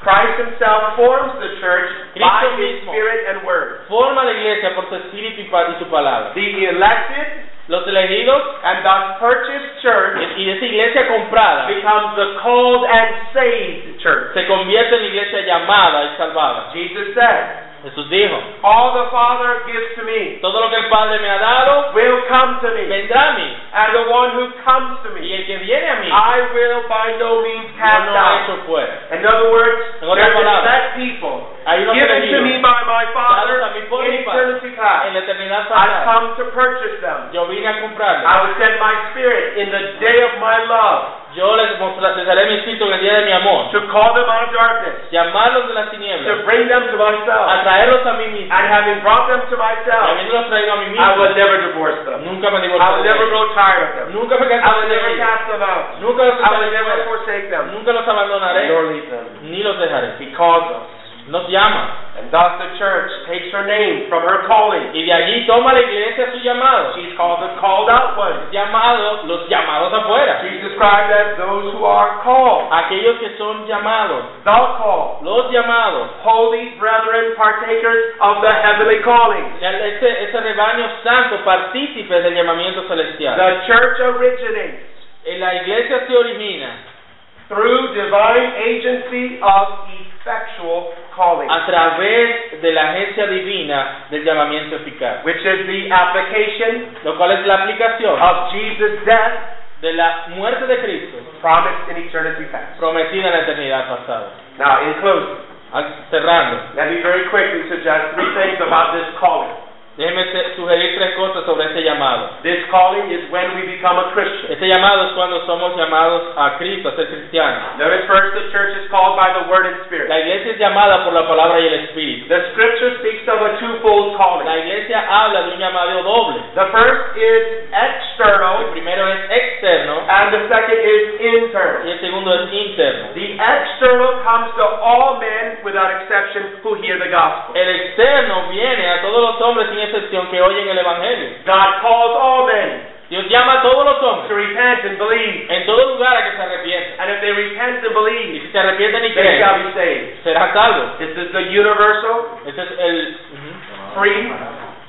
S2: Christ himself forms the church by
S1: Cristo
S2: his
S1: mismo.
S2: spirit and word.
S1: Forma la iglesia por su espíritu y pa- y su palabra.
S2: The elected
S1: Los elegidos
S2: and thus purchased church
S1: y esa iglesia comprada
S2: becomes the called and saved church.
S1: se convierte en la iglesia llamada y salvada.
S2: Jesus said,
S1: Jesús dijo,
S2: All the Father gives to me
S1: todo lo que el Padre me ha dado,
S2: will come to me,
S1: vendrá a mí.
S2: and the one who comes to
S1: Y
S2: me,
S1: el que viene a mí,
S2: I will by no means
S1: yo
S2: cast
S1: no ha
S2: out.
S1: hecho fuera.
S2: In other words,
S1: En otras
S2: there is
S1: palabras,
S2: that people
S1: Hay unos
S2: given to me
S1: elegidos
S2: by my Father
S1: dados a mí por
S2: in
S1: mi Padre.
S2: eternity past.
S1: en la eternidad
S2: I
S1: pasada.
S2: come to purchase them.
S1: Yo vine a
S2: I
S1: comprarlos.
S2: will send my Spirit in the day of my love
S1: Yo les mostraré, les daré mi espíritu en el día de mi amor.
S2: to call them out of darkness,
S1: llamarlos de las
S2: to
S1: tinieblas,
S2: bring them to myself,
S1: atraerlos a mí mismo,
S2: and having brought them
S1: y
S2: to myself,
S1: habiéndolos traído a mí
S2: I will
S1: mismo,
S2: never divorce them.
S1: nunca me
S2: I will
S1: divorciaré,
S2: never
S1: de ellos.
S2: grow tired of them.
S1: nunca me
S2: I will
S1: cansaré
S2: never
S1: de ellos,
S2: cast them out.
S1: nunca los
S2: I will never
S1: echaré fuera,
S2: forsake them.
S1: nunca los abandonaré,
S2: leave them.
S1: ni los dejaré.
S2: He calls us.
S1: Nos llama,
S2: And thus the church takes her name from her calling.
S1: y de allí toma la iglesia su llamado,
S2: She's called the called out one.
S1: llamado, los llamados afuera,
S2: She's described as those who are called,
S1: aquellos que son llamados,
S2: the called,
S1: los llamados,
S2: holy brethren, partakers of the heavenly calling.
S1: ese, ese Este, rebaño santo, partícipes del llamamiento celestial.
S2: The church originates
S1: En la iglesia se origina
S2: through divine agency of effectual calling,
S1: a través de la agencia divina del llamamiento eficaz.
S2: which is the application
S1: lo cual es la aplicación
S2: of Jesus' death
S1: de la muerte de Cristo
S2: promised in eternity past.
S1: prometida en la eternidad pasada.
S2: Now, in closing,
S1: Al- Cerrando,
S2: let me very quickly suggest three things about this calling.
S1: déjeme te- sugerir tres cosas sobre este llamado.
S2: This calling is when we become a Christian.
S1: Este llamado es cuando somos llamados a Cristo, a ser cristianos.
S2: Notice first, the church is called by the Word and Spirit.
S1: La iglesia es llamada por la palabra y el Espíritu.
S2: The Scripture speaks of a twofold
S1: La
S2: calling.
S1: iglesia habla de un llamado doble.
S2: The first is
S1: El
S2: external,
S1: primero es externo
S2: and the second is internal.
S1: y el segundo es interno.
S2: The external comes to all men without exception who hear the gospel.
S1: El externo viene a todos los hombres sin excepción que oyen el Evangelio.
S2: God calls all men
S1: Dios llama a todos los
S2: to
S1: hombres,
S2: repent and believe,
S1: en todo lugar a que se arrepientan.
S2: and if they repent and
S1: Y
S2: believe,
S1: si se arrepienten y
S2: they shall
S1: creen,
S2: be saved.
S1: serán salvos.
S2: This is the universal,
S1: Este es el
S2: free,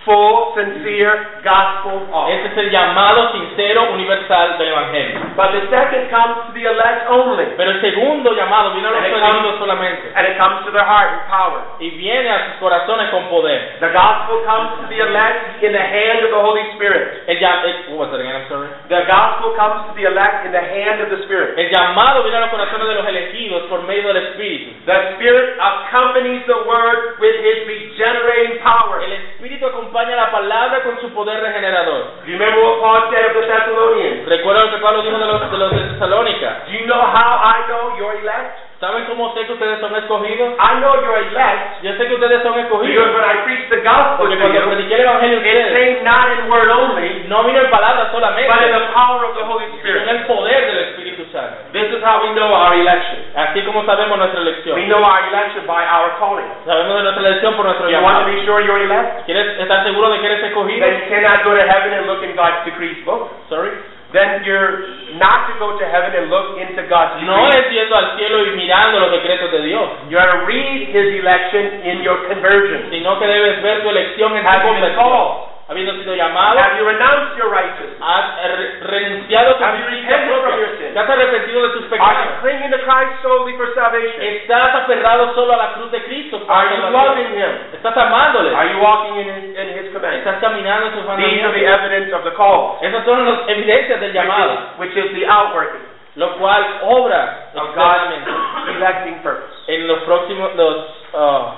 S2: full, sincere gospel
S1: Ese
S2: offer.
S1: es el llamado sincero universal del Evangelio.
S2: But the second comes to the elect only,
S1: Pero el segundo llamado viene a los elegidos solamente
S2: and it comes to their heart and power.
S1: y viene a sus corazones con poder.
S2: The gospel comes to the elect in the hand of the Holy Spirit.
S1: El, llam- eh, el- what was that again? I'm sorry.
S2: The gospel comes to the elect in the hand of the Spirit.
S1: El llamado viene a los corazones de los elegidos por medio del Espíritu.
S2: The Spirit accompanies the word with his regenerating power.
S1: El Espíritu acompaña la palabra con su poder regenerador.
S2: Do you remember what Paul said of the Thessalonians?
S1: Recuerda lo que Pablo dijo de los de, los de Tesalónica.
S2: Do you know how I know you're elect?
S1: ¿Saben cómo sé que ustedes son escogidos?
S2: I know you're elect
S1: Yo sé que ustedes son
S2: because
S1: escogidos
S2: when I preach the gospel to
S1: porque cuando
S2: you,
S1: prediqué el Evangelio a
S2: it
S1: ustedes,
S2: came not in word only,
S1: no vino en palabras
S2: but in
S1: solamente,
S2: the power of the Holy
S1: sino en
S2: Spirit.
S1: el poder del Espíritu Santo.
S2: This is how we know our election.
S1: Así como sabemos nuestra elección.
S2: We know our election by our calling.
S1: Sabemos de nuestra elección por nuestro
S2: You want to
S1: llamado.
S2: be sure you're elect?
S1: ¿Quieres estar seguro de que eres escogido?
S2: Then you cannot go to heaven and look in God's decrees book.
S1: Sorry.
S2: Then you're not to go to heaven and look into God's
S1: No
S2: decrees.
S1: es yendo al cielo y mirando los decretos de Dios,
S2: You are to read his election in your conversion.
S1: sino que debes ver tu elección en tu
S2: Have you been
S1: conversión.
S2: called?
S1: Habiendo sido llamado,
S2: Have you renounced your righteousness?
S1: has re- renunciado a tu
S2: Have you
S1: justicia
S2: repented
S1: propia.
S2: from your sin?
S1: Te has arrepentido de tus
S2: Are you
S1: pecados.
S2: clinging to Christ solely for salvation?
S1: Estás aferrado solo a la cruz de Cristo. para
S2: Are you
S1: salvación.
S2: loving him?
S1: Estás amándole.
S2: Are you walking in his, in his commandments?
S1: Estás caminando en sus
S2: These are the
S1: mandamientos.
S2: evidence of the call,
S1: Esas son las evidencias del
S2: which
S1: llamado,
S2: is, which is the outworking
S1: lo cual obra
S2: of God's
S1: externamente.
S2: electing purpose.
S1: en los próximos los ah,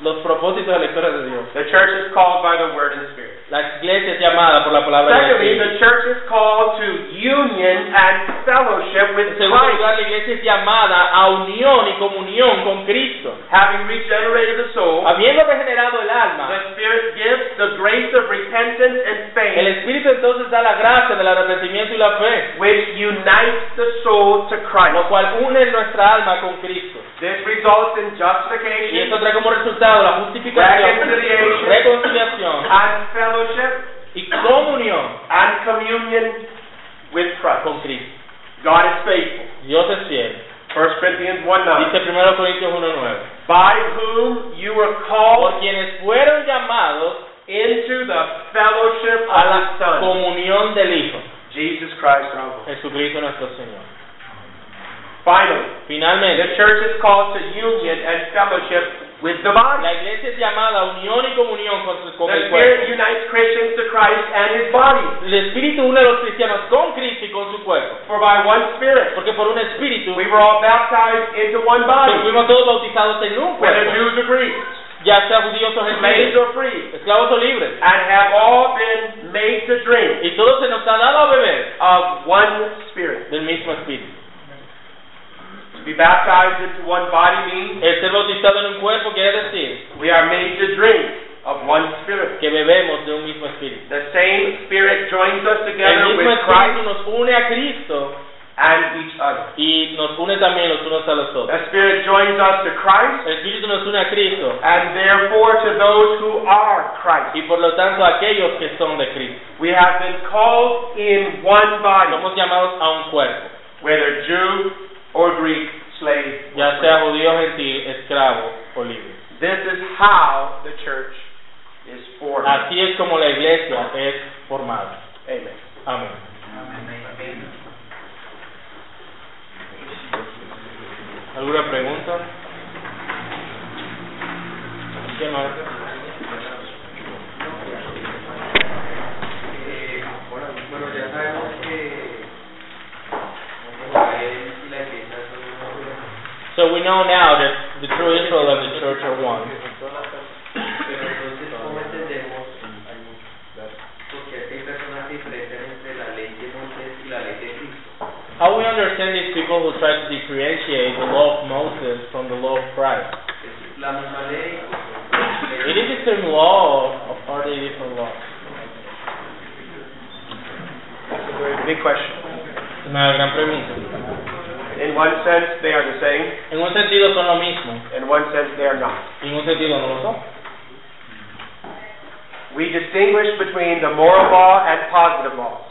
S1: los propósitos electores de Dios.
S2: The church is called by the word and the spirit.
S1: La iglesia es llamada por la palabra de
S2: Secondly,
S1: Dios.
S2: the church is called to union and fellowship with
S1: En segundo
S2: Christ.
S1: lugar, la iglesia es llamada a unión y comunión con Cristo.
S2: Having regenerated the soul,
S1: Habiendo regenerado el alma,
S2: The Spirit gives the grace of repentance and
S1: el
S2: faith,
S1: Espíritu entonces da la gracia del arrepentimiento y la fe,
S2: which unites the soul to
S1: lo
S2: Christ.
S1: cual une nuestra alma con Cristo.
S2: This results in
S1: Y esto
S2: justification
S1: trae como resultado la justificación,
S2: Reconciliation.
S1: reconciliación
S2: and fellowship
S1: y comunión
S2: and communion with Christ.
S1: con Cristo.
S2: God is faithful.
S1: Dios es fiel.
S2: 1 Corinthians 1 9.
S1: Dice 1 Corintios 1.9.
S2: By whom you were
S1: Por
S2: called
S1: quienes fueron llamados
S2: into the
S1: a
S2: fellowship of the
S1: la
S2: Son,
S1: comunión del Hijo,
S2: Jesus Christ our Lord.
S1: Jesucristo nuestro Señor.
S2: Finally, the
S1: Finalmente,
S2: church is called to union and fellowship with the body.
S1: la iglesia es llamada a unión y comunión con, su- con
S2: The
S1: el
S2: Spirit
S1: cuerpo.
S2: unites Christians to Christ and His body.
S1: El Espíritu une a los cristianos con Cristo y con su cuerpo,
S2: For by one Spirit
S1: porque por un Espíritu
S2: we were all baptized into one
S1: que
S2: body,
S1: fuimos todos bautizados en un
S2: whether
S1: cuerpo,
S2: Jews or Greeks,
S1: ya sea judíos o
S2: slaves
S1: gentiles,
S2: or free,
S1: esclavos o libres,
S2: and have all been made to drink
S1: y todo se nos ha dado a beber
S2: of one Spirit.
S1: del mismo Espíritu.
S2: To be baptized into one body means
S1: El ser bautizado en un cuerpo quiere decir
S2: we are made to drink of one Spirit.
S1: que bebemos de un mismo Espíritu.
S2: The same Spirit joins us
S1: El
S2: together
S1: mismo
S2: with
S1: Espíritu
S2: Christ
S1: nos une a Cristo
S2: and each other.
S1: y nos une también los unos a los otros.
S2: The Spirit joins us to Christ
S1: El Espíritu nos une a Cristo
S2: and therefore to those who are Christ.
S1: y por lo tanto a aquellos que son de Cristo.
S2: We have been called in one body,
S1: Somos llamados a un cuerpo,
S2: whether Jew or Greek, slave. or
S1: ya
S2: free.
S1: sea judío, gentil, esclavo o libre.
S2: This is how the church is formed.
S1: Así es como la iglesia es formada.
S2: Amen.
S1: Amén. ¿Alguna pregunta? ¿Qué más?
S3: Eh, bueno, bueno, ya eh, sabemos que Israel y la iglesia son una sola.
S1: So we know now that the true Israel and the church are one.
S3: Pero entonces, ¿cómo entendemos? Porque hay personas diferentes entre la ley de Moisés y la ley de Cristo.
S1: How we understand these people who try to differentiate the law of Moses from the law of Christ.
S3: Es la misma ley.
S1: It is the same law, or are they different laws?
S2: That's a very big question.
S1: Una gran pregunta.
S2: In one sense, they are the same.
S1: En un sentido son lo mismo,
S2: In one sense, they are not.
S1: y en un sentido no lo son.
S2: We distinguish between the moral law and positive laws.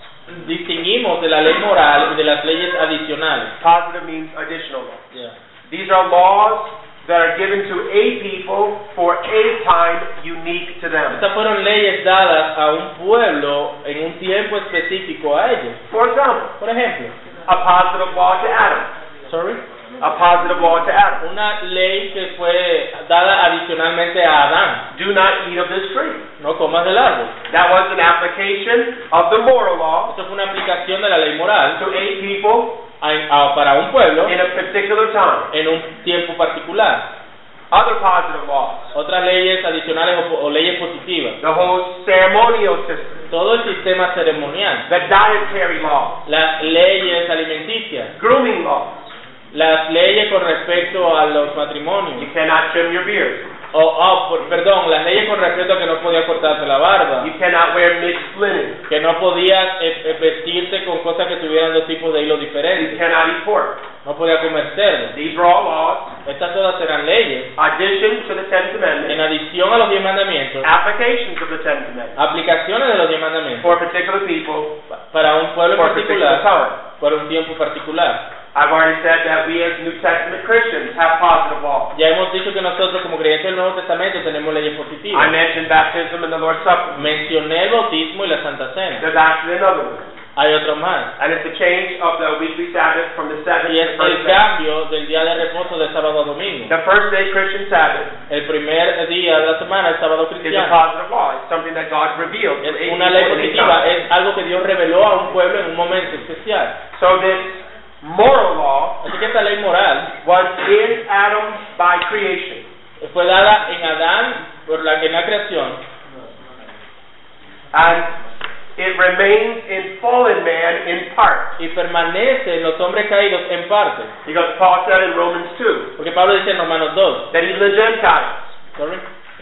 S1: Distinguimos de la ley moral y de las leyes adicionales.
S2: Positive means additional law.
S1: Yeah.
S2: These are laws that are given to a people for a time unique to them.
S1: Estas fueron leyes dadas a un pueblo en un tiempo específico a ellos.
S2: For example,
S1: Por ejemplo,
S2: a positive law to Adam,
S1: sorry,
S2: a positive law to Adam.
S1: una ley que fue dada adicionalmente a Adán,
S2: Do not eat of this tree.
S1: no comas del árbol.
S2: That was an application of the moral law
S1: Esto fue una aplicación de la ley moral
S2: to a people
S1: a- a- para un pueblo
S2: in a particular time.
S1: en un tiempo particular.
S2: Other positive laws,
S1: Otras leyes adicionales o, o leyes positivas.
S2: the whole ceremonial system,
S1: Todo el sistema ceremonial,
S2: the dietary law,
S1: las leyes alimenticias,
S2: grooming laws.
S1: las leyes con respecto a los
S2: You
S1: matrimonios.
S2: cannot trim your beard.
S1: O, oh, por- perdón, las leyes con respecto a que no podía cortarse la barba.
S2: You cannot wear mixed linen.
S1: que no podías eh, eh, vestirse con cosas que tuvieran dos tipos de hilos
S2: You
S1: diferentes,
S2: cannot eat pork.
S1: no podía comer cerdo.
S2: These are all laws.
S1: Estas todas eran leyes.
S2: Addition to the Tenth
S1: En
S2: Amendment.
S1: adición a los diez mandamientos,
S2: Applications of the Tenth Amendment.
S1: aplicaciones de los diez mandamientos
S2: For particular people,
S1: pa- para un pueblo en
S2: for particular
S1: particular,
S2: time.
S1: para un tiempo particular.
S2: I've already said that we as New Testament Christians have positive laws.
S1: Ya hemos dicho que nosotros como creyentes del Nuevo Testamento tenemos leyes
S2: I
S1: positivas.
S2: mentioned baptism and the Lord's Supper.
S1: Mencioné el bautismo y la Santa Cena.
S2: There's actually another one.
S1: Hay otros más.
S2: And it's the change of the weekly Sabbath from the seventh
S1: Y
S2: to the
S1: es
S2: first
S1: el
S2: day.
S1: cambio del día de reposo de sábado a domingo.
S2: The first day Christian Sabbath
S1: El primer día de la semana, el sábado
S2: is a
S1: cristiano.
S2: positive law. It's something that God revealed to
S1: Es
S2: a
S1: una ley
S2: people in a
S1: positiva,
S2: time.
S1: es algo que Dios reveló a un pueblo en un momento especial.
S2: So this moral law
S1: Así que esta ley moral
S2: was in Adam by creation.
S1: fue dada en Adán por la, en la creación
S2: And it remains in fallen man in part.
S1: y permanece en los hombres caídos en parte.
S2: Because Paul said in Romans 2
S1: Porque Pablo dice en Romanos 2,
S2: that even the Gentiles,
S1: sorry,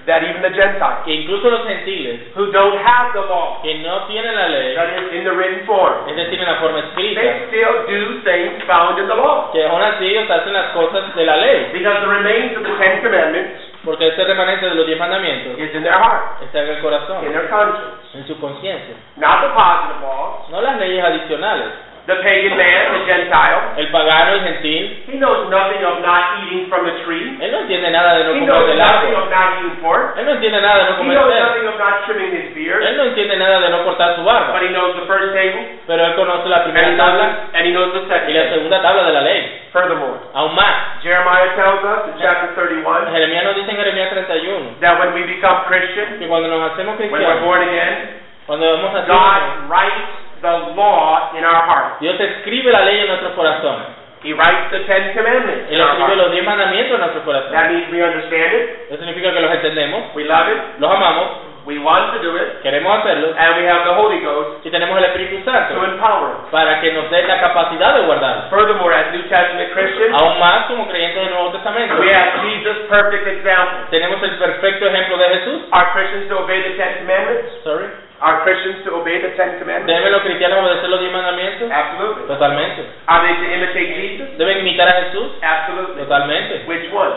S2: that even the Gentiles
S1: que incluso los gentiles
S2: who don't have the law,
S1: que no tienen la ley,
S2: that is in the written form,
S1: es decir, en la forma
S2: they
S1: escrita,
S2: still do things found in the law.
S1: que aún así ellos hacen las cosas de la ley,
S2: Because the remains of the Ten Commandments
S1: porque ese remanente de los diez mandamientos
S2: is in their heart,
S1: está en el
S2: in
S1: corazón,
S2: their conscience.
S1: en su conciencia.
S2: Not the positive laws.
S1: No las leyes adicionales.
S2: The pagan man, the Gentile,
S1: El pagano, el gentil,
S2: he knows nothing of not eating from a tree.
S1: él no entiende nada de no
S2: He
S1: comer
S2: knows
S1: del
S2: nothing
S1: árbol.
S2: of not eating pork.
S1: Él no entiende nada de no
S2: He
S1: comer
S2: knows
S1: cerdo.
S2: nothing of not trimming his beard,
S1: Él no entiende nada de no cortar su
S2: but
S1: barba.
S2: he knows the first table,
S1: Pero él conoce la
S2: and he
S1: primera
S2: knows,
S1: tabla
S2: and he knows the
S1: y
S2: second
S1: la
S2: table.
S1: segunda tabla de la ley.
S2: Furthermore,
S1: Aún más,
S2: Jeremiah tells us in chapter 31
S1: Jeremías nos dice en Jeremías 31
S2: that when we become Christian,
S1: que cuando nos hacemos
S2: when we're
S1: cristianos,
S2: born again,
S1: cuando vemos a Dios,
S2: God writes the law in our heart.
S1: Dios escribe la ley en nuestro corazón.
S2: He writes the Ten Commandments in
S1: Él
S2: our
S1: escribe
S2: heart.
S1: los diez mandamientos en nuestro
S2: That
S1: corazón.
S2: means we understand it,
S1: Eso significa que los entendemos,
S2: we love it,
S1: los amamos,
S2: we want to do it,
S1: queremos hacerlo
S2: and we have the Holy Ghost
S1: y tenemos el Espíritu
S2: to
S1: Santo
S2: empower us.
S1: para que nos dé la capacidad de guardarlo.
S2: Furthermore, as New Testament Christians,
S1: Aún más como creyentes del Nuevo Testamento.
S2: we have Jesus' perfect example.
S1: Tenemos el perfecto ejemplo de Jesús.
S2: Are Christians to obey the Ten Commandments?
S1: Sorry.
S2: Are Christians to obey the Ten Commandments?
S1: ¿Deben los cristianos obedecer los diez mandamientos?
S2: Absolutely.
S1: Totalmente.
S2: Are they to imitate Jesus?
S1: ¿Deben imitar a Jesús?
S2: Absolutely.
S1: Totalmente.
S2: Which one?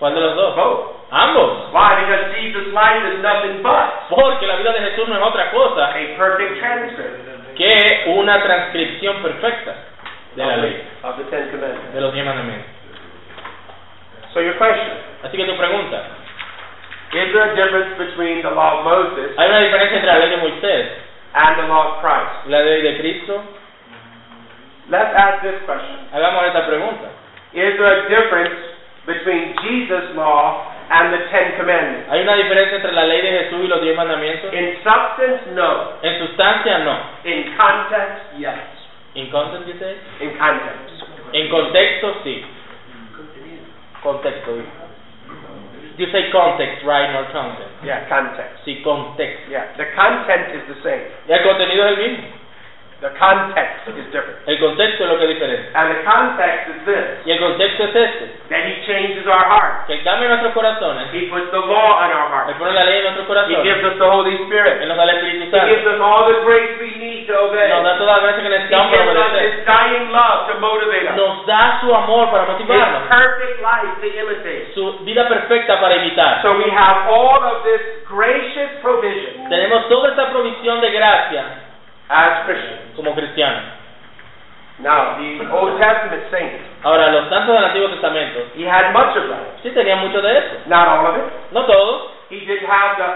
S1: ¿Cuál de los dos?
S2: Both.
S1: Ambos.
S2: Why? Because Jesus' life is nothing but
S1: Porque la vida de Jesús no es otra cosa
S2: a perfect transcript
S1: que una transcripción perfecta de la
S2: of, the,
S1: ley,
S2: of the Ten Commandments.
S1: de los diez mandamientos.
S2: So your question,
S1: Así que tu pregunta,
S2: is there a difference between the law of Moses
S1: ¿hay una diferencia entre la ley de Moisés
S2: and the law of Christ?
S1: y la ley de Cristo?
S2: Let's ask this question.
S1: Hagamos esta pregunta.
S2: Is there a difference between Jesus' law and the Ten Commandments?
S1: ¿Hay una diferencia entre la ley de Jesús y los diez mandamientos?
S2: In substance, no.
S1: En sustancia, no.
S2: In context, yes.
S1: ¿En contexto, dice?
S2: In context.
S1: En contexto, sí. Contexto. You say context, right? Not content.
S2: Yeah, context.
S1: Sí, contexto.
S2: Yeah, the content is the same.
S1: El contenido es el mismo.
S2: The context is different.
S1: El contexto es lo que es diferente.
S2: And the context is this
S1: Y el contexto es este.
S2: that he changes our heart.
S1: Que él cambia nuestros corazones.
S2: He puts the law on our
S1: Él
S2: heart.
S1: pone la ley en nuestros
S2: He
S1: corazones.
S2: gives us the Holy
S1: Él
S2: Spirit.
S1: nos da el Espíritu
S2: He gives
S1: Santo.
S2: us all the grace we need to obey.
S1: Nos da toda la gracia que
S2: He
S1: necesitamos para
S2: gives us
S1: obedecer.
S2: his dying love to motivate us.
S1: Nos da su amor para
S2: His
S1: motivarnos.
S2: perfect life to imitate.
S1: Su vida perfecta para imitar.
S2: So we have all of this gracious provision
S1: Tenemos toda esta provisión de gracia
S2: as Christians.
S1: como cristianos.
S2: Now, the Old Testament saints,
S1: Ahora, los santos del Antiguo Testamento
S2: he had much of that.
S1: sí tenían mucho de eso.
S2: Not all of it.
S1: No todos.
S2: He didn't have the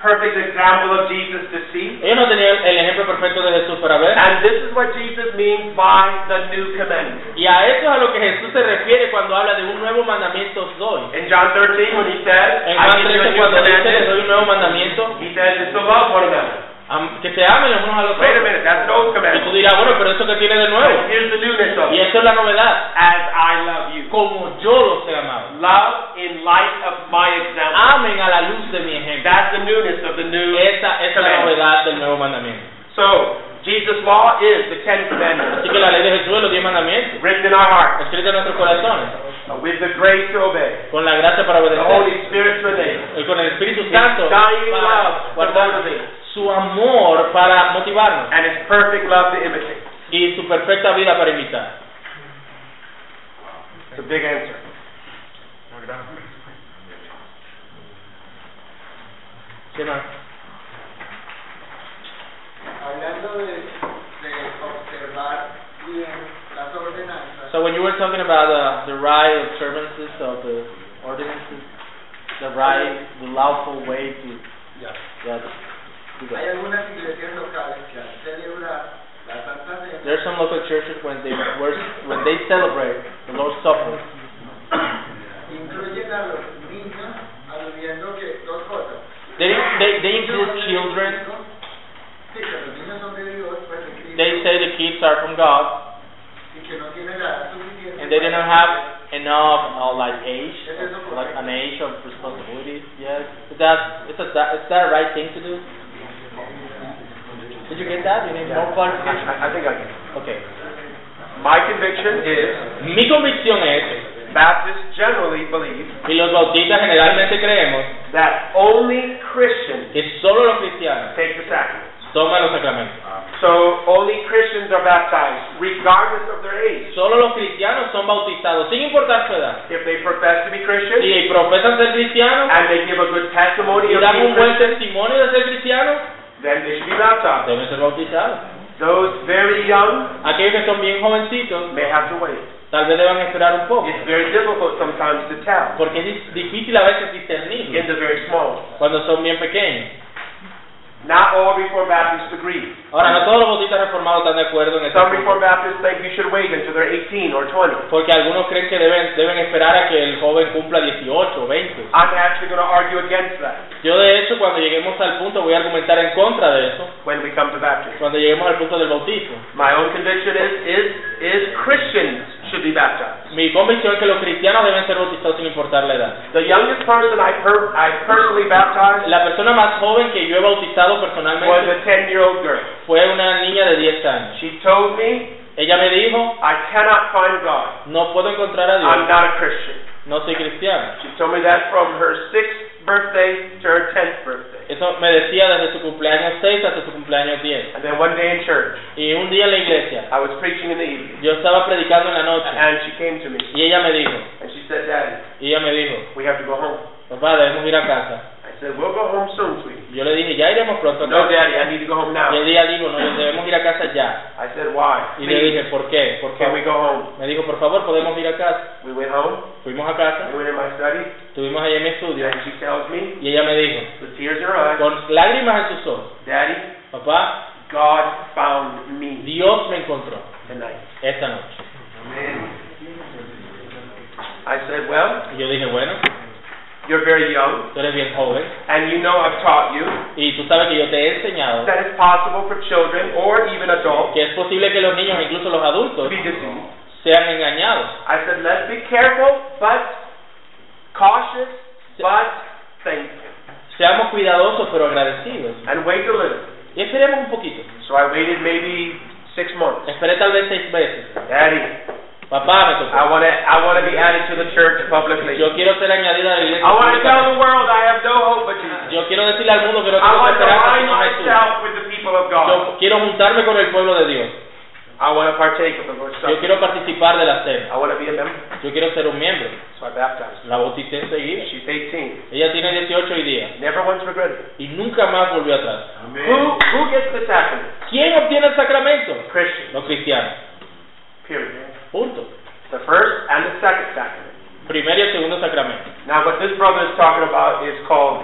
S2: perfect example of Jesus to see.
S1: Ellos no tenían el ejemplo perfecto de Jesús para ver.
S2: And this is what Jesus means by the new commandment.
S1: Y a eso es a lo que Jesús se refiere cuando habla de un nuevo mandamiento os doy.
S2: In John 13, when he says,
S1: En
S2: I
S1: Juan
S2: give you a
S1: 13,
S2: new
S1: cuando dice les doy
S2: commandment,
S1: un nuevo mandamiento,
S2: he says it's to love one another.
S1: am- que se amen los unos a los
S2: Wait a
S1: otros.
S2: minute, that's an old
S1: Y tú
S2: commandment.
S1: dirás, bueno, pero eso que tiene de
S2: But
S1: nuevo.
S2: here's the newness of
S1: Y
S2: it.
S1: eso es la novedad.
S2: As I love you.
S1: Como yo los he amado.
S2: Love in light of my example.
S1: Amen a la luz de mi ejemplo.
S2: That's the newness of the new.
S1: Esa es la
S2: Commandment.
S1: novedad del nuevo mandamiento.
S2: So, Jesus' law is the Ten
S1: Así
S2: Commandments
S1: que la ley de Jesús es los diez mandamientos,
S2: written in our hearts
S1: escrita en nuestros corazones,
S2: with the grace to obey,
S1: con la gracia para
S2: the Holy
S1: obedecer,
S2: Spirit to enable,
S1: y con el Espíritu
S2: His
S1: Santo
S2: dying
S1: para
S2: love to
S1: guardar
S2: motivate,
S1: su amor para motivarnos
S2: and His perfect love to imitate.
S1: y su perfecta vida para imitar.
S2: It's a big answer.
S1: ¿Qué más?
S4: Hablando de, de observar bien las ordenanzas,
S1: So when you were talking about uh, the right observances of the ordinances, the right, the lawful way to yeah, to do
S4: hay
S1: that.
S4: algunas iglesias locales que al celebrar la Santa Cena
S1: There are some local churches when they were, when they celebrate the Lord's Supper,
S4: incluyen a los niños aludiendo que dos cosas.
S1: they they, they include
S4: Niños son de
S1: children
S4: Dios, Sí, que los niños son de Dios, pues de Cristo,
S1: they say the kids are from God
S4: y que no tienen la edad suficiente.
S1: and they didn't
S4: para-
S1: have enough uh, like age, like an age of responsibility. Yes, is that is that is that a right thing to do? Did you get that? You need more clarification.
S2: I, I think I can.
S1: Okay.
S2: My conviction is
S1: Mi convicción es
S2: Baptists generally believe
S1: y los bautistas generalmente creemos
S2: that only Christians
S1: que solo los cristianos
S2: take the sacrament.
S1: toman los sacramentos.
S2: So only Christians are baptized, regardless of their age.
S1: Solo los cristianos son bautizados sin importar su edad.
S2: If they profess to be Christians
S1: Si profesan ser cristianos
S2: and they give a good testimony
S1: y
S2: of
S1: dan
S2: being
S1: un buen
S2: Christian,
S1: testimonio de ser cristianos,
S2: then they should be baptized.
S1: deben ser bautizados.
S2: Those very young
S1: Aquellos que son bien jovencitos
S2: may have to wait.
S1: Tal vez deban esperar un poco,
S2: It's very difficult sometimes to tell
S1: porque es dis- difícil a veces discernir
S2: in the very small.
S1: cuando son bien pequeños.
S2: Not all Reformed Baptists agree.
S1: Ahora, no todos los bautistas reformados están de acuerdo en esto,
S2: Some Reformed Baptists think you should wait until they're 18 or 20.
S1: porque algunos creen que deben, deben esperar a que el joven cumpla 18 o 20.
S2: I'm actually going to argue against that
S1: Yo, de hecho, cuando lleguemos al punto, voy a argumentar en contra de eso,
S2: when we come to baptism.
S1: cuando lleguemos al punto del bautismo.
S2: My own conviction is, is, is Christians should be baptized.
S1: Mi convicción es que los cristianos deben ser bautizados sin importar la edad.
S2: The youngest person I, per- I personally baptized
S1: La persona más joven que yo he bautizado
S2: was
S1: personalmente
S2: a 10-year-old girl.
S1: fue una niña de 10 años.
S2: She told me,
S1: Ella me dijo,
S2: I cannot find God.
S1: no puedo encontrar a
S2: I'm
S1: Dios,
S2: not a Christian.
S1: no soy cristiano.
S2: She told me that from her 6th birthday to her 10th birthday.
S1: Eso me decía desde su cumpleaños 6 hasta su cumpleaños 10.
S2: And then one day in church,
S1: Y un día en la iglesia,
S2: I was preaching in the evening,
S1: yo estaba predicando en la noche
S2: and she came to me,
S1: y ella me dijo,
S2: and she said, Daddy,
S1: y ella me dijo,
S2: we have to go home.
S1: papá, debemos ir a casa.
S2: I said, we'll go home soon, sweetie.
S1: Yo le dije, ya iremos pronto a
S2: No,
S1: casa.
S2: Daddy, I need to go home now.
S1: Y el día dijo, no, debemos ir a casa ya.
S2: I said, why?
S1: Y le
S2: Please,
S1: dije, ¿por qué? ¿Por
S2: can we
S1: qué?
S2: go home?
S1: Me dijo, por favor, podemos ir a casa.
S2: We went home,
S1: Fuimos a
S2: I
S1: casa,
S2: went in my study,
S1: estuvimos allá en mi estudio
S2: and she tells me,
S1: y ella me dijo,
S2: with tears in her eyes,
S1: con lágrimas en sus ojos,
S2: Daddy,
S1: papá,
S2: God found me
S1: Dios me encontró
S2: tonight.
S1: esta noche.
S2: I said, well,
S1: Y yo dije, bueno,
S2: you're very young,
S1: tú eres bien joven
S2: and you know I've taught you
S1: y tú sabes que yo te he enseñado
S2: that it's possible for children or even adults
S1: que es posible que los niños, incluso los
S2: to
S1: adultos,
S2: be deceived.
S1: sean engañados.
S2: I said, let's be careful, but cautious, but thankful,
S1: Seamos cuidadosos pero agradecidos.
S2: and wait a little.
S1: Y esperemos un poquito.
S2: So I waited maybe six months.
S1: Esperé tal vez seis meses.
S2: Daddy,
S1: Papá me
S2: I
S1: tocó.
S2: want to, I want to be added to the church publicly.
S1: Yo quiero ser añadida a la iglesia.
S2: I want to tell
S1: pública.
S2: the world I have no hope but Jesus.
S1: Yo quiero decirle al mundo que no
S2: I
S1: tengo
S2: want to
S1: esperanza
S2: align
S1: sino Jesús.
S2: myself with the people of God.
S1: Yo quiero juntarme con el pueblo de Dios.
S2: I want to partake of the Lord's
S1: Yo
S2: Supper.
S1: quiero participar de la cena.
S2: I want to be a member.
S1: Yo quiero ser un miembro.
S2: So I baptized her.
S1: La bauticé enseguida.
S2: She's 18.
S1: Ella tiene 18 hoy día
S2: Never once regretted it.
S1: y nunca más volvió atrás.
S2: Who, who gets the sacrament?
S1: ¿Quién obtiene el sacramento?
S2: Christian.
S1: Los cristianos.
S2: Period.
S1: Punto.
S2: The first and the second sacrament.
S1: Primer y el segundo sacramento.
S2: Now, what this brother is talking about is called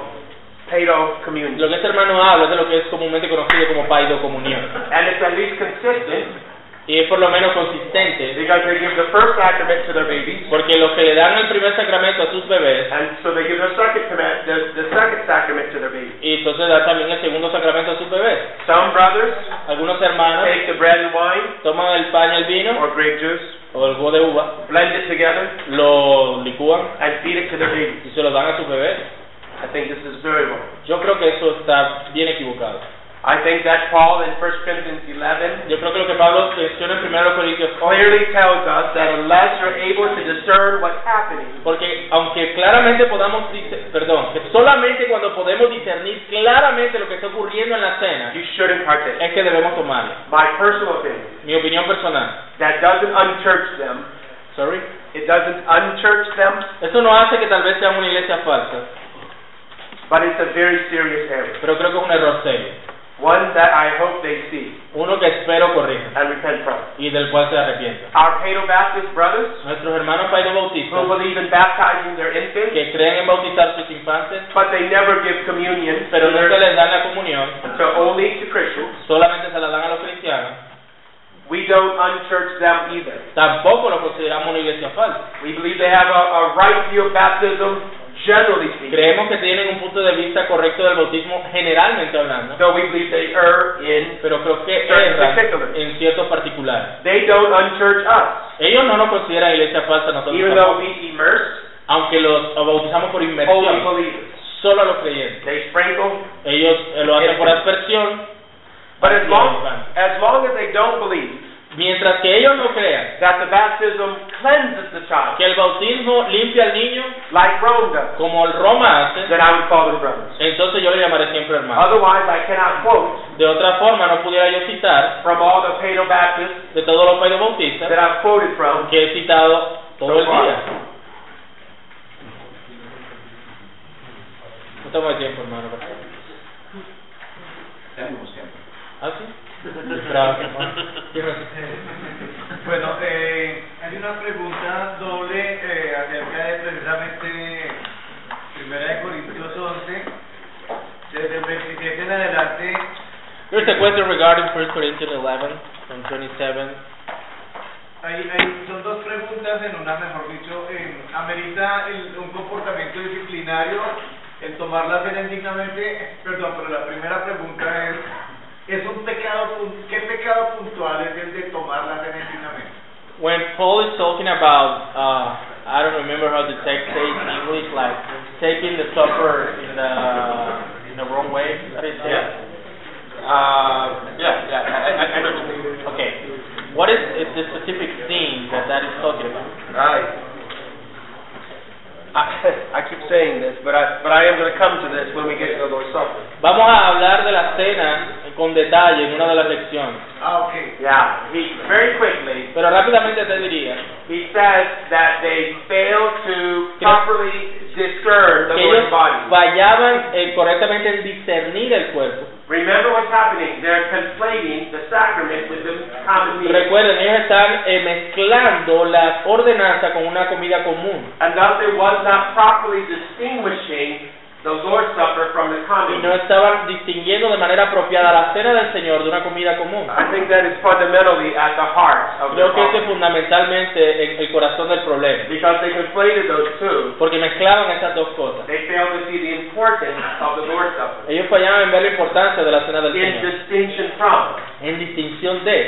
S2: paedo communion.
S1: Lo que este hermano habla es de lo que es comúnmente conocido como paido comunión.
S2: And it's at least consistent
S1: Y es por lo menos consistente,
S2: because they give the first sacrament to their babies,
S1: porque los que le dan el primer sacramento a sus bebés,
S2: and so they give their second command, the, the second sacrament to their babies.
S1: y entonces dan también el segundo sacramento a sus bebés.
S2: Some brothers
S1: Algunos hermanos
S2: take the bread and wine
S1: toman el pan y el vino,
S2: or grape juice,
S1: o el jugo de uva,
S2: blend it together,
S1: lo licúan
S2: and feed it to their babies.
S1: y se lo dan a sus bebés.
S2: I think this is very wrong.
S1: Yo creo que eso está bien equivocado.
S2: I think that Paul in 1 Corinthians 11
S1: Yo creo que lo que Pablo menciona en 1 Corintios 11,
S2: clearly tells us that unless you're able to discern what's happening,
S1: Porque aunque claramente podamos, dice- perdón, que solamente cuando podemos discernir claramente lo que está ocurriendo en la cena,
S2: you shouldn't partake.
S1: es que debemos tomarla.
S2: My personal opinion,
S1: Mi opinión personal.
S2: that doesn't unchurch them.
S1: Sorry.
S2: It doesn't unchurch them,
S1: Eso no hace que tal vez sea una iglesia falsa,
S2: but it's a very serious error.
S1: pero creo que es un error serio.
S2: One that I hope they see
S1: Uno que espero corrija
S2: and repent from.
S1: y del cual se arrepienta.
S2: Our Pado Baptist brothers
S1: Nuestros hermanos paidos
S2: who
S1: bautistas
S2: believe in baptizing their infants,
S1: que creen en bautizar sus infantes,
S2: but they never give communion
S1: pero no se
S2: to
S1: les dan la comunión,
S2: only to Christians,
S1: solamente se la dan a los cristianos,
S2: we don't unchurch them either.
S1: tampoco lo consideramos una iglesia falsa.
S2: We believe they have a, a right view of baptism, generally speaking,
S1: Creemos que tienen un punto de vista correcto del bautismo generalmente hablando,
S2: though we believe they err in.
S1: pero creo que
S2: Certain
S1: erran
S2: particulars.
S1: en ciertos particulares.
S2: They don't unchurch us,
S1: Ellos no nos consideran iglesia falsa nosotros,
S2: even
S1: tampoco,
S2: though we immerse
S1: aunque los bautizamos por
S2: only
S1: inmersión,
S2: believers.
S1: solo a los creyentes.
S2: They sprinkle,
S1: Ellos eh, lo hacen por aspersión,
S2: but as
S1: y
S2: long
S1: ahorran.
S2: as long as they don't believe
S1: mientras que ellos no crean
S2: that the baptism cleanses the child,
S1: que el bautismo limpia al niño
S2: like Rome does,
S1: como el Roma hace,
S2: then I would call them brothers.
S1: entonces yo le llamaré siempre hermano.
S2: Otherwise, I cannot quote
S1: De otra forma, no pudiera yo citar
S2: from all the Pado Baptists
S1: de todos los países bautistas
S2: that I've quoted from.
S1: que he citado todo el día. No estamos de tiempo, hermano. por favor. ¿Ah, sí? [LAUGHS] Bravo, hermano.
S5: Bueno, eh, hay una pregunta doble eh, acerca de precisamente Primera de Corintios 11, desde el 27 en adelante.
S1: Here's a question regarding 1 Corinthians 11 from 27.
S5: Hay, hay- son dos preguntas en una, mejor dicho, en- amerita el- un comportamiento disciplinario el tomar la cena indignamente. Perdón, pero la primera pregunta es, ¿es un pecado, pun- qué pecado puntual es el de tomar la cena indignamente?
S1: When Paul is talking about, uh, I don't remember how the text says in English, like taking the supper in the in the wrong way. What is it?
S2: Uh, yeah, yeah, I, I, I know. what you mean.
S1: Okay. What is, is the specific thing that that is talking about?
S2: I, I [LAUGHS] keep saying this, but I, but I am going to come to this when we get to the Lord's Supper.
S1: Vamos a hablar de la cena con detalle en una de las lecciones.
S5: Ah, ok.
S2: Yeah, he very quickly
S1: Pero rápidamente te diría
S2: he says that they fail to properly discern the
S1: que
S2: Lord's
S1: ellos
S2: body.
S1: fallaban eh, correctamente en discernir el cuerpo.
S2: Remember what's happening? They're conflating the sacrament with the common meal,
S1: Recuerden, ellos están eh, mezclando la ordenanza con una comida común.
S2: and thus they was not properly distinguishing the Lord's supper from the
S1: y
S2: common.
S1: no
S2: meal.
S1: estaban distinguiendo de manera apropiada la cena del Señor de una comida común.
S2: I think that is fundamentally at the heart of the
S1: Creo que ese es
S2: problem
S1: fundamentalmente el, el corazón del problema,
S2: because they conflated those two.
S1: porque mezclaban esas dos cosas.
S2: They failed to see the importance of the Lord's supper
S1: Ellos fallaban en ver la importancia de la cena del
S2: in
S1: Señor,
S2: distinction from
S1: en distinción de,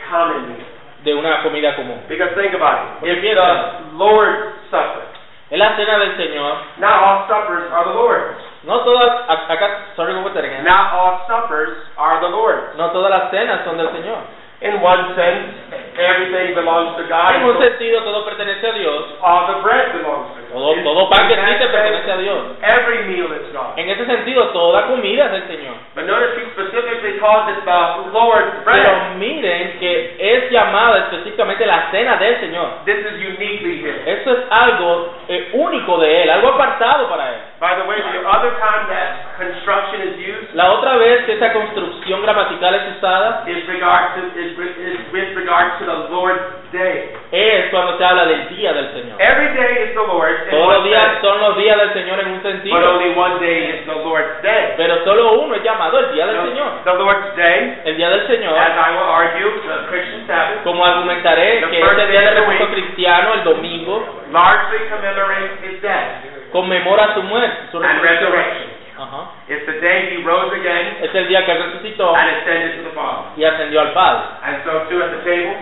S2: a common meal.
S1: de una comida común.
S2: Because think about it.
S1: Porque
S2: If
S1: piensa,
S2: the Lord's Supper,
S1: es la cena del Señor,
S2: not all suppers are the Lord's.
S1: no todas, a- acá, sorry, ¿cómo te regañas?
S2: Not all suppers are the Lord's.
S1: no todas las cenas son del Señor.
S2: In one sense, everything belongs to God.
S1: En un sentido, todo pertenece a Dios,
S2: All the bread belongs to God.
S1: todo,
S2: In-
S1: todo pan que
S2: in that
S1: existe pertenece a
S2: sense,
S1: Dios.
S2: Every meal is God.
S1: En ese sentido, toda comida es del Señor.
S2: But notice he specifically calls it the Lord's
S1: Pero
S2: bread.
S1: miren que es llamada específicamente la cena del Señor.
S2: This is uniquely his.
S1: Eso es algo eh, único de él, algo apartado para él.
S2: By the way, the other time that construction is used
S1: La otra vez que esa construcción gramatical es usada
S2: is regard to is, re- is with regard to the Lord's day.
S1: Es cuando se habla del día del Señor.
S2: Every day is the Lord's in
S1: Todos los
S2: one
S1: días
S2: sense,
S1: son los días del Señor en un
S2: but
S1: sentido,
S2: only one day is the Lord's day.
S1: pero solo uno es llamado el día del Señor.
S2: The Lord's day,
S1: El día del
S2: as
S1: Señor,
S2: I will argue, the Christian Sabbath,
S1: como argumentaré, que este día del reposo cristiano, el domingo,
S2: largely commemorates his death
S1: conmemora su muerte, su
S2: and
S1: resurrección.
S2: resurrection.
S1: Ajá.
S2: It's the day he rose again
S1: Es el día que resucitó
S2: and ascended to the Father.
S1: y ascendió al Padre.
S2: And so too at the table,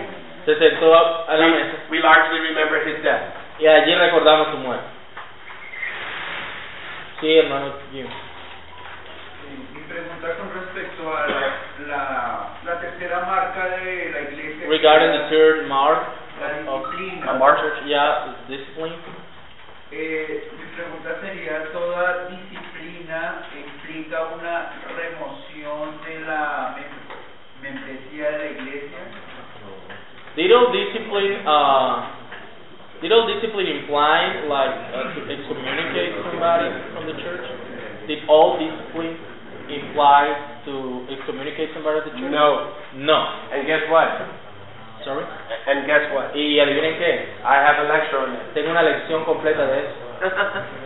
S1: Se sentó a a la mesa
S2: we, we largely remember his death.
S1: y allí recordamos su muerte. Sí, hermano Jim.
S5: Mi pregunta con respecto a la, la, la tercera marca de la iglesia.
S1: Regarding the third mark
S5: La
S1: of
S5: disciplina.
S1: yeah, is discipline.
S5: Eh, mi pregunta sería, ¿toda disciplina implica una remoción de la mem- membresía de la iglesia?
S1: Little discipline, uh, little discipline implies like uh, to excommunicate somebody from the church. Did all discipline imply to excommunicate somebody from the church?
S2: No.
S1: No.
S2: And guess what?
S1: Sorry.
S2: And guess what?
S1: Y adivinen qué,
S2: I have a lecture on that.
S1: tengo una lección completa de eso.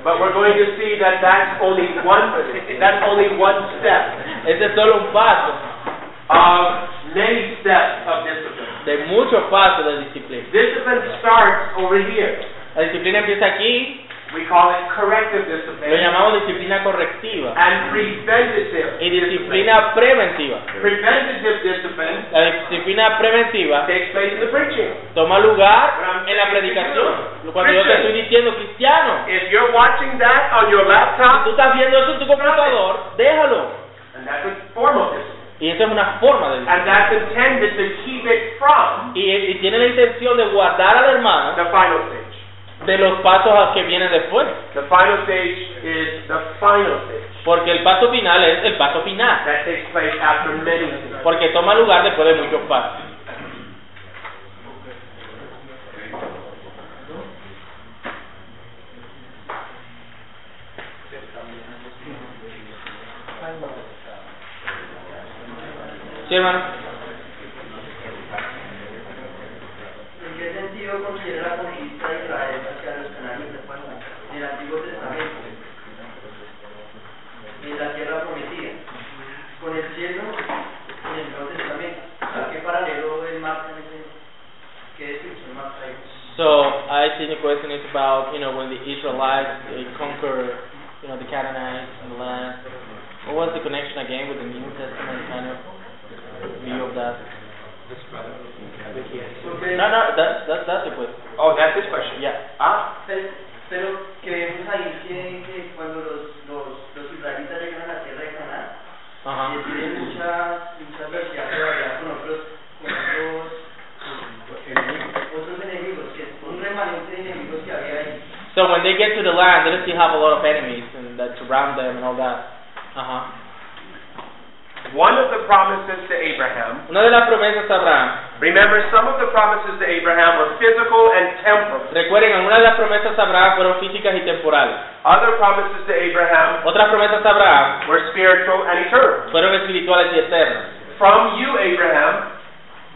S2: But we're going to see that that's only one, that's only one step
S1: Este es solo un paso
S2: of many steps of discipline.
S1: de muchos pasos de disciplina.
S2: Discipline starts over here.
S1: La disciplina empieza aquí,
S2: We call it corrective
S1: lo
S2: discipline
S1: llamamos disciplina correctiva
S2: and preventative.
S1: y disciplina preventiva.
S2: Preventative discipline
S1: La disciplina preventiva
S2: takes place in the preaching.
S1: toma lugar en la predicación. Cuando yo te estoy diciendo, cristiano,
S2: If you're watching that on your
S1: si tú
S2: laptop,
S1: estás viendo eso en tu computador, déjalo.
S2: and that's a form of discipline,
S1: Y esa es una forma de
S2: and
S1: disciplina.
S2: that's intended to keep it from
S1: Y, y tiene la intención de guardar al hermano
S2: the final stage.
S1: de los pasos a que vienen después.
S2: The final stage is the final stage
S1: Porque el paso final es el paso final.
S2: that takes place after many things.
S1: Porque toma lugar después de muchos pasos. Sí, hermano.
S3: ¿En qué sentido considera la conquista de Israel hacia los cananitas en el Antiguo Testamento? En la tierra prometida. Con el cielo, en el Nuevo Testamento. ¿A qué paralelo es Marta en ese? ¿Qué descripción Marta ahí?
S1: So I think the question is about you know when the Israelites they conquer you know the Canaanites and the land. What was the connection again with the New Testament kind of view of that?
S3: Porque-
S1: No, no, that, that that's the question.
S2: Oh, that's his question.
S1: Yeah.
S2: Ah,
S3: Pero, pero que vemos ahí que, que cuando los, los, los israelitas llegan a la tierra de Canaán,
S1: Uh huh.
S3: Y tiene muchas, muchas versiones de hablar con otros, con otros, otros enemigos, que es un remanente de enemigos que había ahí.
S1: So when they get to the land, they still have a lot of enemies and that surround them and all that. Uh huh.
S2: one of the promises to Abraham.
S1: Una de las promesas a Abraham.
S2: Remember, some of the promises to Abraham were physical and temporal.
S1: Recuerden, algunas de las promesas a Abraham fueron físicas y temporales.
S2: Other promises to Abraham
S1: Otras promesas a Abraham
S2: were spiritual and eternal.
S1: fueron espirituales y eternas.
S2: From you, Abraham,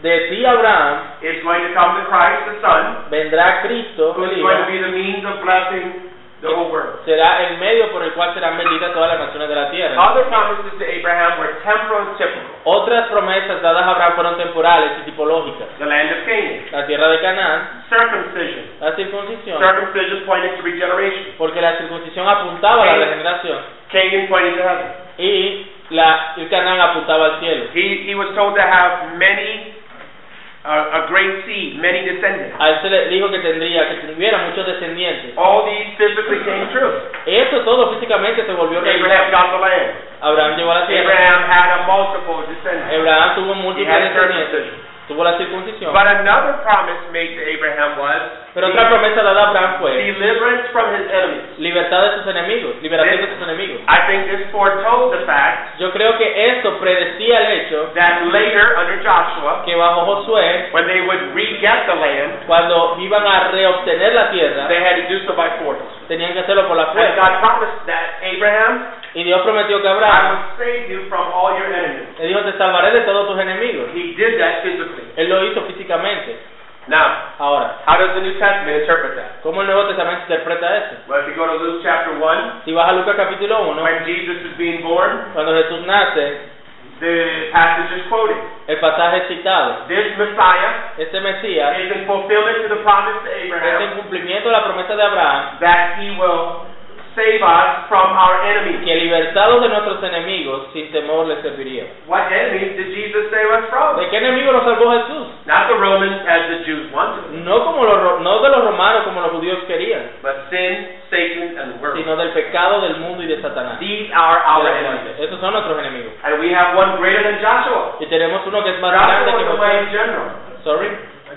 S1: De ti, Abraham,
S2: is going to come the Christ, the Son,
S1: vendrá Cristo,
S2: who is
S1: el
S2: going to
S1: Hijo,
S2: be the means of blessing the whole world.
S1: será el medio por el cual serán benditas todas las naciones de la tierra.
S2: Other promises to Abraham were temporal and typical.
S1: Otras promesas dadas a Abraham fueron temporales y tipológicas.
S2: The land of Canaan.
S1: La tierra de Canaán,
S2: Circumcision.
S1: la circuncisión,
S2: Circumcision pointed to regeneration.
S1: porque la circuncisión apuntaba a la regeneración
S2: Canaan pointed to heaven.
S1: y la, el Canaán apuntaba al cielo.
S2: He, he was told to have many, uh, a great seed, many descendants.
S1: A él se le dijo que tendría, que tuviera muchos descendientes.
S2: All these physically came true.
S1: Eso todo físicamente se volvió realidad.
S2: Abraham got the land.
S1: Abraham llegó a la tierra.
S2: Abraham had a multiple descendants.
S1: Abraham tuvo
S2: He
S1: múltiples
S2: had
S1: descendientes.
S2: circumcision.
S1: Tuvo la circuncisión.
S2: But another promise made to Abraham was
S1: Pero otra promesa dada a Abraham fue
S2: deliverance from his enemies.
S1: libertad de sus enemigos, liberación de sus enemigos.
S2: I think this foretold the fact
S1: Yo creo que esto predecía el hecho
S2: that later under Joshua,
S1: que bajo Josué,
S2: when they would re-get the land,
S1: cuando iban a reobtener la
S2: they
S1: tierra,
S2: had to do so by force.
S1: tenían que hacerlo por la
S2: And
S1: fuerza.
S2: God promised that Abraham,
S1: Y Dios prometió que
S2: I
S1: Abraham
S2: will save you from all your enemies.
S1: le dijo, te salvaré de todos tus enemigos.
S2: He did that physically.
S1: Él lo hizo físicamente.
S2: Now,
S1: Ahora,
S2: how does the New Testament interpret that?
S1: ¿cómo el Nuevo Testamento interpreta eso?
S2: Well, if you go to Luke chapter 1,
S1: Si vas a Lucas capítulo 1,
S2: when Jesus is being born,
S1: cuando Jesús nace,
S2: the passage is quoted.
S1: el pasaje es citado.
S2: This Messiah
S1: Este Mesías
S2: is in fulfillment to the promise to
S1: es
S2: Abraham
S1: en cumplimiento de la promesa de Abraham
S2: that he will save us from our enemies.
S1: que libertados de nuestros enemigos sin temor les serviría.
S2: What enemies did Jesus save us from?
S1: ¿De qué enemigo nos salvó Jesús?
S2: Not the Romans as the Jews wanted,
S1: No, como los, ro- no de los romanos como los judíos querían,
S2: but sin, Satan, and the world.
S1: sino del pecado del mundo y de Satanás.
S2: These are our
S1: De la muerte.
S2: enemies.
S1: Esos son nuestros enemigos.
S2: And we have one greater than Joshua.
S1: Y tenemos uno que es más grande
S2: Joshua
S1: que
S2: was a
S1: Josué.
S2: mighty general.
S1: Sorry.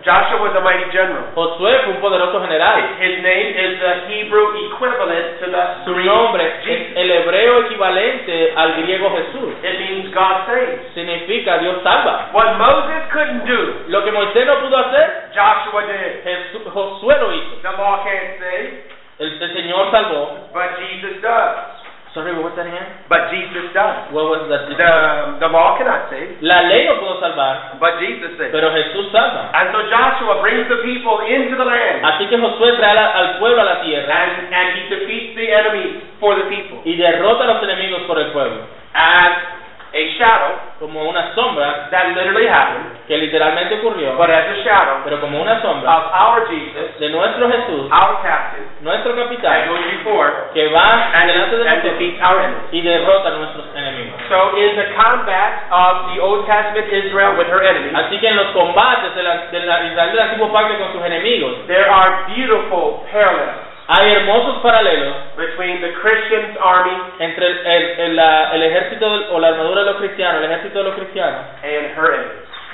S2: Joshua was a mighty general.
S1: Josué fue un poderoso general.
S2: His name is the Hebrew equivalent to the
S1: Su
S2: Greek
S1: nombre es
S2: Jesus.
S1: el hebreo equivalente al griego Jesús.
S2: It means God saves.
S1: Significa Dios salva.
S2: What Moses couldn't do,
S1: Lo que Moisés no pudo hacer,
S2: Joshua did.
S1: Jesu- Josué lo hizo.
S2: The law can't save,
S1: El, el Señor salvó.
S2: but Jesus does.
S1: Sorry, what was that again?
S2: But Jesus does.
S1: What was that?
S2: The, the law cannot save,
S1: La ley no pudo salvar,
S2: but Jesus saves.
S1: pero Jesús salva.
S2: And so Joshua brings the people into the land,
S1: Así que Josué trae al, al pueblo a la tierra
S2: and, and he defeats the enemies for the people.
S1: y derrota a los enemigos por el pueblo,
S2: As a shadow,
S1: como una sombra
S2: that literally happened,
S1: que literalmente ocurrió,
S2: but as a shadow
S1: pero como una
S2: of
S1: sombra
S2: our Jesus,
S1: de nuestro Jesús,
S2: our captive,
S1: nuestro
S2: that
S1: capitán,
S2: goes before,
S1: que va
S2: and,
S1: delante de
S2: and
S1: nosotros
S2: defeats our enemies.
S1: y derrota a nuestros enemigos.
S2: So in the combat of the Old Testament Israel with her enemies,
S1: Así que en los combates de la, de la Israel del antiguo pacto con sus enemigos,
S2: There are beautiful parallels
S1: hay hermosos paralelos
S2: between the Christian's army
S1: entre el, el- el- la- el ejército del- o la armadura de los cristianos, el ejército de los cristianos
S2: and her enemies.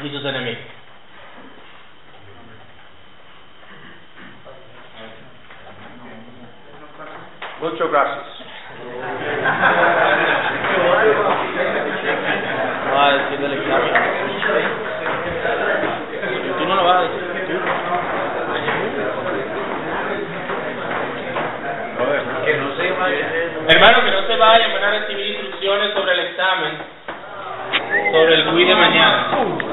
S1: y sus enemigos.
S2: Mucho gracias.
S1: No va a decir del examen. Tú no lo vas a decir. tú.
S4: Que no se vayan.
S1: Hermano, que no se vayan, van a recibir instrucciones sobre el examen, sobre el quiz de mañana.